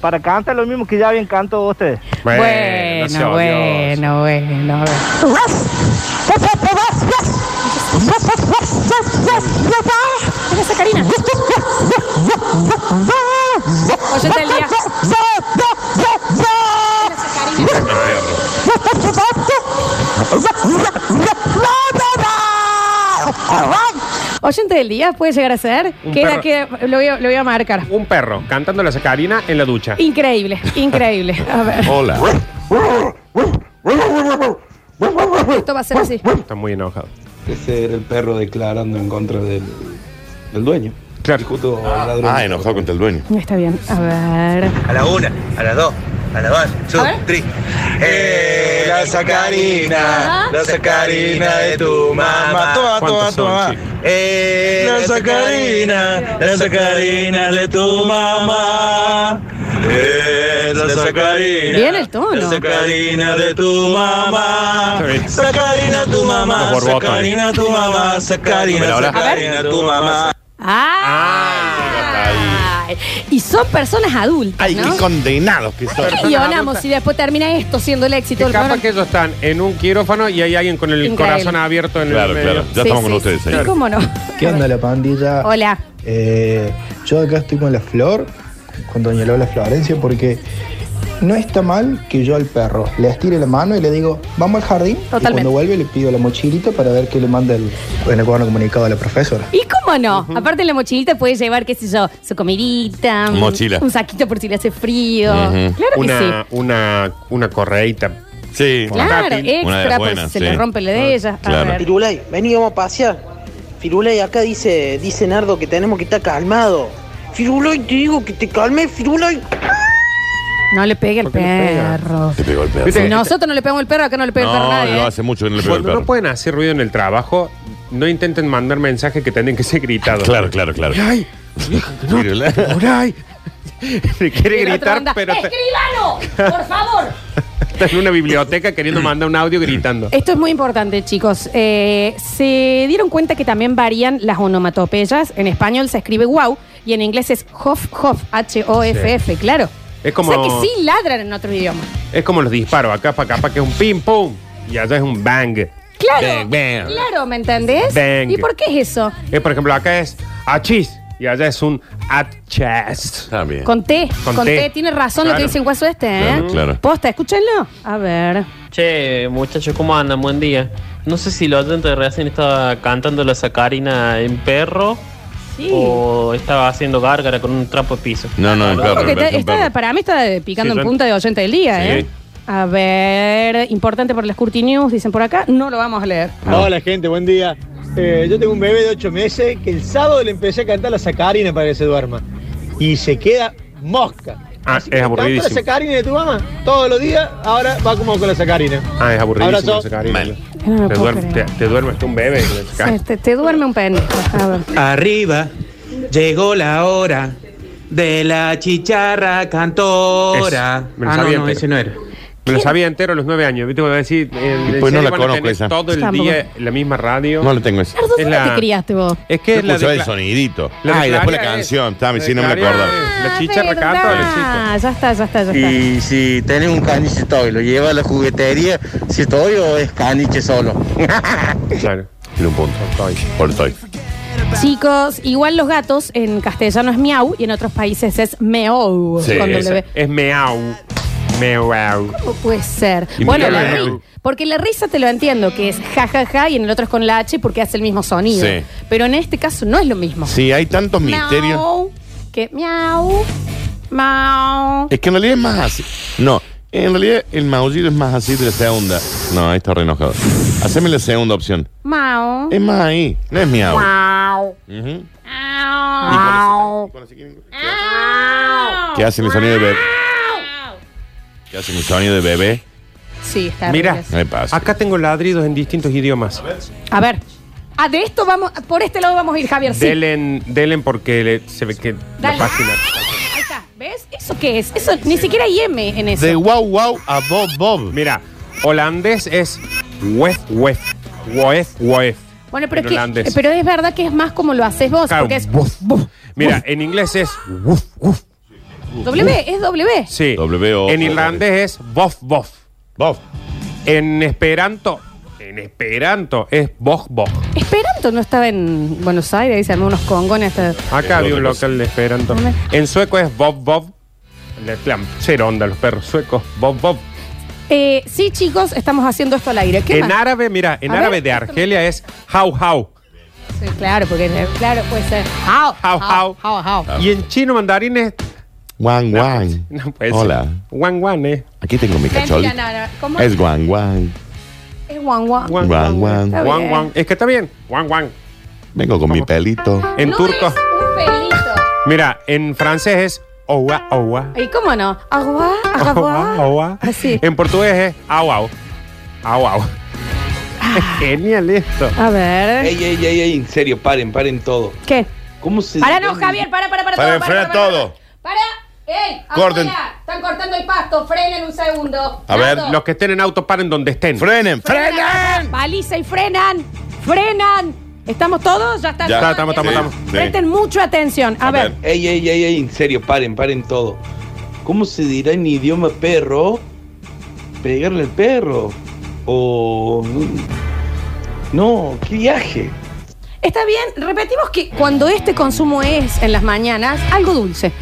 J: para cantar lo mismo que ya habían cantado ustedes.
C: Bueno, sea
B: Bueno,
C: Eh,
B: bueno, bueno. a ver. ¿Qué es esa Karina? Oyente del día. Oyente del día puede llegar a ser.
C: Un
B: Queda,
C: perro.
B: queda, lo, voy a, lo voy a marcar.
C: odioso. Un perro cantando la sacarina en la ducha.
B: Increíble, increíble. A ver,
D: Hola.
C: Oh.
B: esto va a ser así.
C: Está muy enojado.
K: Ese era el perro declarando en contra del, del dueño.
C: Claro.
K: Y justo ladró.
D: Ah, enojado contra el dueño.
B: Está bien. A ver.
H: A la una, a las dos, a las dos,
B: A ver.
H: tres.
K: Eh, la sacarina, la sacarina de tu mamá.
D: Ah,
K: Toma, toma,
C: ¿Cuántos son,
K: toma.
C: chicos?
H: Eh,
K: La sacarina, la sacarina de tu mamá. Eh, la sacarina.
B: Bien el tono.
K: La sacarina de tu mamá.
C: Sí.
K: Sacarina tu mamá.
C: Los borbotones.
K: Sacarina tu mamá. Sacarina,
D: Bueno, ahora.
K: sacarina tu mamá.
B: Ah, y son personas adultas,
D: Ay,
B: ¿no?
D: qué condenados que son.
B: ¿Qué guionamos y después termina esto siendo el éxito
C: Que
B: del
C: capaz
B: programa?
C: que ellos están en un quirófano y hay alguien con el
B: Increíble.
C: corazón abierto en
D: Claro,
C: el medio.
D: claro. Ya
B: Sí,
D: estamos con
B: sí,
D: ustedes,
B: sí,
D: señor.
B: ¿Cómo no?
G: ¿Qué onda la pandilla?
B: Hola.
G: Eh, yo acá estoy con la Flor, con Doña Lola Florencia, porque no está mal que yo al perro le estire la mano y le digo, vamos al jardín. Y
B: Totalmente.
G: cuando vuelve le pido la mochilita para ver qué le manda el, en el cuaderno comunicado a la profesora.
B: ¿Y cómo no? Aparte la mochilita puede llevar, qué sé yo, su comidita. un-
D: Mochila.
B: Un saquito por si le hace frío.
D: Ujú.
B: Claro que sí.
C: Una, una, una correíta.
D: Sí.
B: Claro,
C: portátil.
D: Una
B: extra,
D: de las
B: por si
D: buenas,
B: se
D: sí. Ah,
B: le rompe la de ella.
D: Claro.
B: A ver.
J: Firulay, vení, vamos a pasear. Firulay, acá dice, dice Nardo que tenemos que estar calmado. Firulay, te digo que te calmes, Firulay.
B: No le pegue al
C: ¿Por qué le pega?
B: perro.
D: Te pegó el perro.
C: ¿Viste?
B: Si nosotros no le pegamos al perro, acá no le pega el perro a
D: Este. No,
B: nadie.
D: no
B: ¿eh?
D: hace mucho que no le pegó el
C: Cuando
D: perro.
C: no pueden hacer ruido en el trabajo, no intenten mandar mensajes que tienen que ser gritados.
D: Claro, claro, claro.
C: ¡Ay!
D: Mírala.
C: ¡Ay! Le quiere
B: Y la otra
C: gritar,
B: onda, "Eh,
C: pero está-
B: ¡Escríbalo! ¡Por favor!
C: está en una biblioteca queriendo mandar un audio gritando.
B: Esto es muy importante, chicos. Eh, se dieron cuenta que también varían las onomatopeyas. En español se escribe wow y en inglés es hof, hof, H-O-F-F, claro.
C: Es como-
B: O sea que sí ladran en otro idioma.
C: Es como los disparos, acá para acá, para que es un pim pum y allá es un bang.
B: Claro.
D: Bang, bang.
B: Claro, ¿me entendés?
C: Bang.
B: ¿Y por qué es eso?
C: Eh, por ejemplo, acá es achis y allá es un achas.
D: Está bien.
B: Con T.
C: Con
B: Con,
C: T.
B: T. Tiene razón lo
C: Claro.
B: que dice el guaso este, ¿eh?
D: Claro, claro.
B: Posta, escúchenlo. A ver.
H: Che, muchachos, ¿cómo andan? Buen día. No sé si lo oyente de recién estaba cantando la sacarina en perro
B: Sí.
H: o estaba haciendo gárgara con un trapo de piso.
D: No, no, el perro.
B: Porque
D: me
B: está-
D: parece un
B: está-
D: perro.
B: para mí está picando
C: Sí,
B: en
C: yo-
B: punta de oyente del día,
D: Sí.
B: ¿eh? A ver, importante por las Curti News, dicen por acá, no lo vamos a leer.
J: Hola gente, buen día. Eh, yo tengo un bebé de 8 meses que el sábado le empecé a cantar la sacarina para que se duerma. Y se queda mosca.
C: Ah,
J: Así que
C: es
J: me encanta
C: aburridísimo.
J: La sacarina de tu mamá. Todos los días, ahora va como con la sacarina.
C: Ah, es aburridísimo
J: Abrazo.
C: ese cariño.
D: Mal.
B: No lo
C: Te,
B: puedo
C: duerme- te,
B: creer.
C: te duermes tú un bebé. con ese
B: Sí,
C: cariño.
B: te, Este, te duerme un pendejo. A ver.
K: Arriba, llegó la hora de la chicharra cantora.
D: Ah,
C: Es- me lo sabía entero.
K: no era.
C: Me lo sabía entero a los nueve años. ¿Viste cuando decís? eh,
D: Y
C: en
D: pues no
C: serio
D: la
C: van a
D: conozco
C: tener
D: esa.
C: Todo el
B: Tampoco.
C: día la misma radio.
D: No la tengo esa.
B: Nardo,
C: Es
B: ¿dónde
C: la-
B: te criaste vos?
C: Es
D: Yo
C: que es la
D: escuchaba
C: de-
D: el sonidito.
C: la
D: ah, y después la
C: declara es-
D: canción. Está, sí, no me
C: declara
D: acordaba.
C: es La chicharra canta o la chica.
B: Ah, ya está, ya está, ya está.
L: Y si tenés un caniche toy, lo lleva a la juguetería, si toy o es caniche solo.
C: Claro.
D: Tiene un punto. Por el toy.
B: Chicos, igual los gatos en castellano es miau y en otros países es meow.
C: Sí,
B: con
C: esa.
B: W.
C: es meow. Meow.
B: No puede ser.
C: Y
B: bueno,
C: mira,
B: la
C: la-
B: ri- porque la risa te lo entiendo, que es jajaja y en el otro es con la H porque hace el mismo sonido.
D: Sí.
B: Pero en este caso no es lo mismo.
D: Sí, hay tantos misterios.
B: Miau, que miau, miau.
D: Es que en realidad es más así. No, en realidad el maullido es más así de la segunda. No, ahí está re enojado. Haceme la segunda opción.
B: Mau.
D: Es más ahí, no es miau.
B: Mau.
D: Ujú.
B: Mau.
D: ¿Qué hace mi sonido de bebé? ¿Qué hace mi sonido de bebé?
B: Sí, está
C: Mira,
B: horrible.
D: No hay paz.
C: acá tengo ladridos en distintos idiomas.
B: A ver. Ah, de esto vamos, por este lado vamos a ir, Javier. Sí.
C: Delen, delen porque le- se ve que
B: Dale.
C: la página.
B: Ahí está. ¿Ves? ¿Eso qué es? Eso ni siquiera hay M en eso.
C: De wow wow a Bob Bob. Mira, holandés es wef wef. Wef wef.
B: Bueno, pero,
C: en
B: es que-
C: holandés.
B: pero es verdad que es más como lo haces vos,
C: Claro,
B: porque es
C: wuf, wuf. Mira, en inglés es wuf wuf.
B: W, es W.
C: Sí.
D: W O.
C: En irlandés es bof bof.
D: Bof.
C: En esperanto, en esperanto es boj boj.
B: Esperanto no estaba en Buenos Aires, y se armó unos congones. hasta-
C: Acá había un
D: otra cosa.
C: local de esperanto.
B: Dame.
C: En sueco es bob bob. Le plan, cero onda los perros suecos. Bob bob.
B: Eh, sí, chicos, estamos haciendo esto al aire. ¿Qué
C: En
B: más?
C: árabe, mira, en
B: A ver,
C: árabe de Argelia es how how.
B: Sí, claro, porque claro, puede ser. How,
C: How, how.
B: how, how.
D: Ah.
C: Y en chino mandarín es
D: Guan guan.
C: No puede ser.
D: Hola.
C: guan guan, eh.
D: Aquí tengo mi cachorro.
B: Mentira, no, no. ¿Cómo
D: Es guan guan.
B: Es guan guan.
C: Guan
D: Guan guan.
B: Está
C: Guan
B: bien.
C: guan. Es que está bien. Guan guan.
D: Vengo con mi pelito.
C: En
B: No
C: turco,
B: es un pelito.
C: mira, en francés es owa owa.
B: ¿Y cómo no? Agua,
C: Owa
B: agua.
C: owa.
B: Así.
C: En portugués es au au. Au au.
B: Ah.
C: Es genial esto.
B: A ver.
M: Ey, ey, ey, ey, en serio, paren, paren todo.
B: ¿Qué?
M: ¿Cómo se
B: Para no, Javier, para, para, para.
D: Para
B: todo, para,
D: enfriar
B: para, para,
D: todo.
B: Para. ¡Ey!
D: Corten.
B: afuera, Están cortando el pasto. Frenen un segundo.
D: A ver,
B: Nardo,
C: Los que estén en auto paren donde estén.
D: Frenen. Fre-
B: ¡Frenan! Paliza y frenan. ¡Frenan! ¿Estamos todos? Ya está.
D: Ya.
B: todo?
D: Está, estamos, estamos,
B: Eh,
D: estamos.
B: Presten mucha atención. A, ver.
M: Ey, ey, ey, ey, en serio, paren, paren todo. ¿Cómo se dirá en idioma perro? Pegarle al perro. O. No, qué viaje.
B: Está bien, repetimos que cuando este consumo es en las mañanas, algo dulce.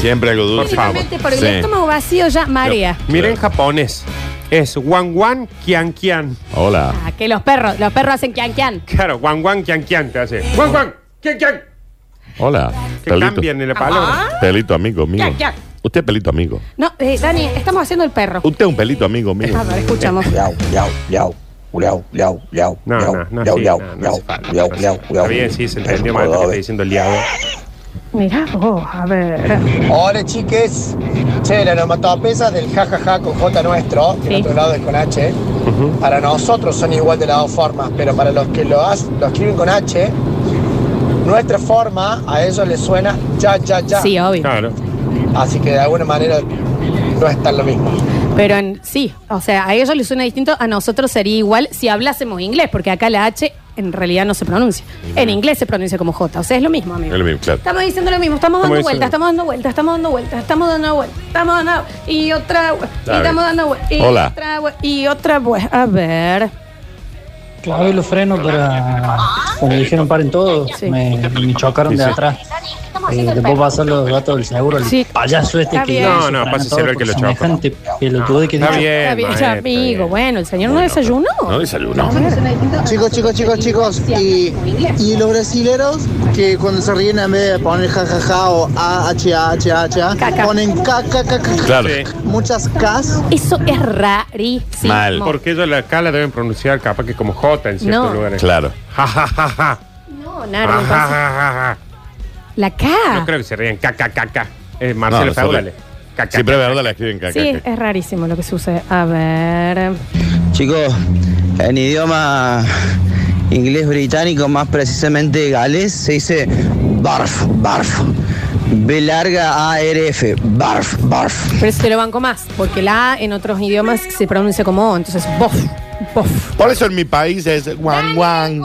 D: Siempre algo dulce.
B: Únicamente por el
D: Sí.
B: estómago vacío ya marea.
C: Mira en japonés. Es wan wan kian kian.
D: Hola.
B: Ah, que los perros, los perros hacen kian kian.
C: Claro, wan wan kian kian te hace. Wan wan kian kian.
D: Hola.
C: Que
D: Pelito.
C: cambian en la palabra.
D: Pelito amigo mío.
B: Ya, ya.
D: Usted es pelito amigo.
B: No, eh, Dani, estamos haciendo el perro.
D: Usted es un pelito amigo mío.
B: A ver, escuchamos.
L: Yau, yau, yau. Liao, liao, liao,
C: No,
L: liao,
C: no, no,
L: liao,
C: sí,
L: liao,
C: no, no
L: liao,
C: hace falta,
L: liao,
C: no hace
L: liao,
C: falta.
L: liao.
C: Está bien, sí, se
L: Perro
C: entendió mal lo que
L: cordobés.
C: está diciendo liado.
B: Mirá vos, a ver.
E: Hola chiques, che, la nomatopesa del jajaja con J nuestro, que
B: Sí.
E: en otro lado es con H, para nosotros son igual de las dos formas, pero para los que lo, has- lo escriben con H, nuestra forma a ellos les suena ya, ya, ya.
B: Sí, oh. obvio.
C: Claro.
E: Así que de alguna manera no es tan lo mismo.
B: Pero en, sí, o sea, a ellos les suena distinto, a nosotros sería igual si hablásemos inglés, porque acá la H en realidad no se pronuncia. En inglés se pronuncia como J, o sea, es lo mismo, amigo.
D: Es lo mismo, claro.
B: Estamos diciendo lo mismo, estamos dando
D: Estamos
B: vueltas, estamos dando vueltas, estamos dando vueltas, estamos dando vueltas, estamos dando y otra vuelta, y
D: Está bien.
B: estamos dando vueltas, y
D: Hola.
B: otra vuelta, y otra vuelta. A ver.
N: Clavé los frenos para. Cuando me dijeron paren todo, me, me chocaron de atrás. Eh, después pasar los datos del seguro, el
B: Sí.
N: payaso este
B: Está
N: que.
B: bien. No,
N: hizo
C: no,
N: frenar
C: pase
N: todo
C: cero el que
N: por
C: lo chocó.
N: semejante pelotude que
C: Está
N: dijo.
C: bien,
B: Está bien,
C: maestro,
B: amigo, bueno, el señor no desayunó.
D: No desayuno.
O: Chicos, chicos, chicos, chicos. Y, y los brasileros que cuando se ríen en vez de poner jajaja o a h a h a h a ponen ca ca ca ca.
D: Claro.
O: Muchas cas.
B: Eso es rarísimo.
D: Mal.
C: Porque ellos la acá la deben pronunciar capaz que como J en ciertos
B: No.
C: lugares.
D: Claro.
C: Ja, ja, ja, ja.
B: No,
C: Ja,
B: Nardo,
C: ja,
B: entonces- Ah.
C: ja, ja.
B: La K.
C: No creo que se rían. Ca, ca, ca, ca. Eh, Marcelo
D: No, no,
C: Feudale. Ca, ca,
D: Siempre
C: ca,
D: es
C: ca.
D: verdad la escriben caca.
B: Sí, es rarísimo lo que sucede. A ver.
L: Chicos, en idioma inglés británico, más precisamente galés, se dice barf, barf. B larga ARF. Barf, barf.
B: Pero eso te lo banco más, porque la A en otros idiomas se pronuncia como O, entonces bof, bof.
D: Por eso en mi país es guan guan.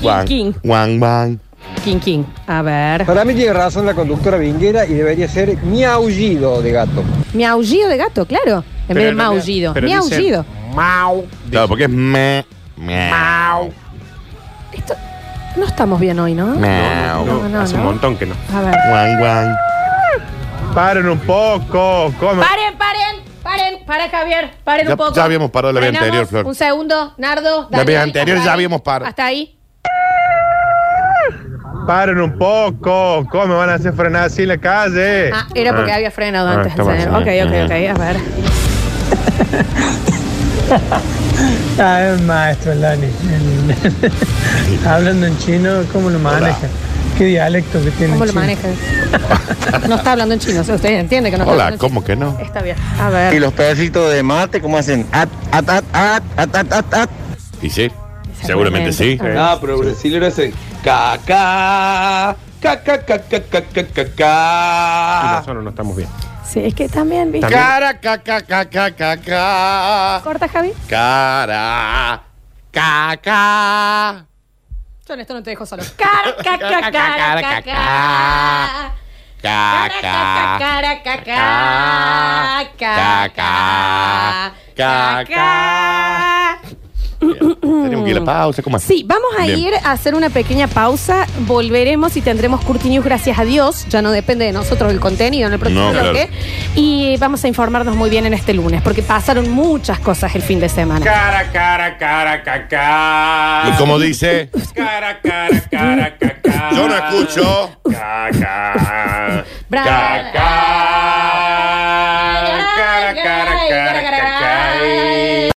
D: Guan
B: King.
D: guan. guan.
B: King King. A ver.
P: Para mí tiene razón la conductora vinguera y debería ser miaullido de gato.
B: Miaullido de gato, claro. En
D: Pero
B: vez de
D: en realidad-
B: maullido.
D: pero dicen-
B: Miaullido.
C: Mau.
D: Claro, porque es me. Miau.
B: No estamos bien hoy, ¿no?
D: Miau.
B: No, no, no,
C: Hace
B: no.
C: un montón que no.
B: A ver.
D: Guan guan. Paren un poco. Come.
B: Paren, paren, paren, para Javier, paren
D: Ya-
B: un poco.
D: ya habíamos parado la vez
B: Frenamos
D: anterior, Flor.
B: Un segundo, Nardo.
D: La
B: Daniel,
D: vez anterior
B: hasta
D: ya
B: ahí.
D: habíamos parado.
B: Hasta ahí.
Q: Paren un poco. ¿Cómo me van a hacer frenar así en la calle?
B: Ah, era porque había frenado antes. el señor. ok, ok, ok, a ver.
J: Ah, es maestro Lani. Hablando en chino, ¿cómo lo maneja? ¿Qué dialecto que tiene?
B: ¿Cómo
J: el chino?
B: lo maneja? No está hablando en chino, o sea, usted entiende que no está hablando en
D: ¿cómo que no?
B: chino. Está bien. A ver.
L: Y los pedacitos de mate, ¿cómo hacen? At, at, at, at, at, at, at, at.
D: Y sí. Seguramente sí.
M: Ah, pero brasilero hace caca. Caca, caca, caca, caca,
B: Ah.
M: caca.
C: Nosotros no estamos bien.
B: Sí, es que también, ¿viste?
D: Cara, caca, caca, caca.
B: Corta, Javi.
D: Cara. Caca.
B: Yo en esto no te dejo solo. Cara, ca, ca, cara, ca, ca. Ca,
D: Caca.
B: cara, ca, ca, ca, ca, ca, ca.
D: Tenemos que ir a la pausa. ¿Cómo es?
B: Sí, vamos a
D: Bien.
B: ir a hacer una pequeña pausa. Volveremos y tendremos Curti News, gracias a Dios. Ya no depende de nosotros el contenido en el próximo
D: No, claro.
B: bloque. Y vamos a informarnos muy bien en este lunes, porque pasaron muchas cosas el fin de semana.
C: Cara, cara, cara, caca.
D: Y como dice.
C: Cara, cara, cara, caca.
D: Yo no escucho.
C: Caca.
B: Bra-
C: Caca.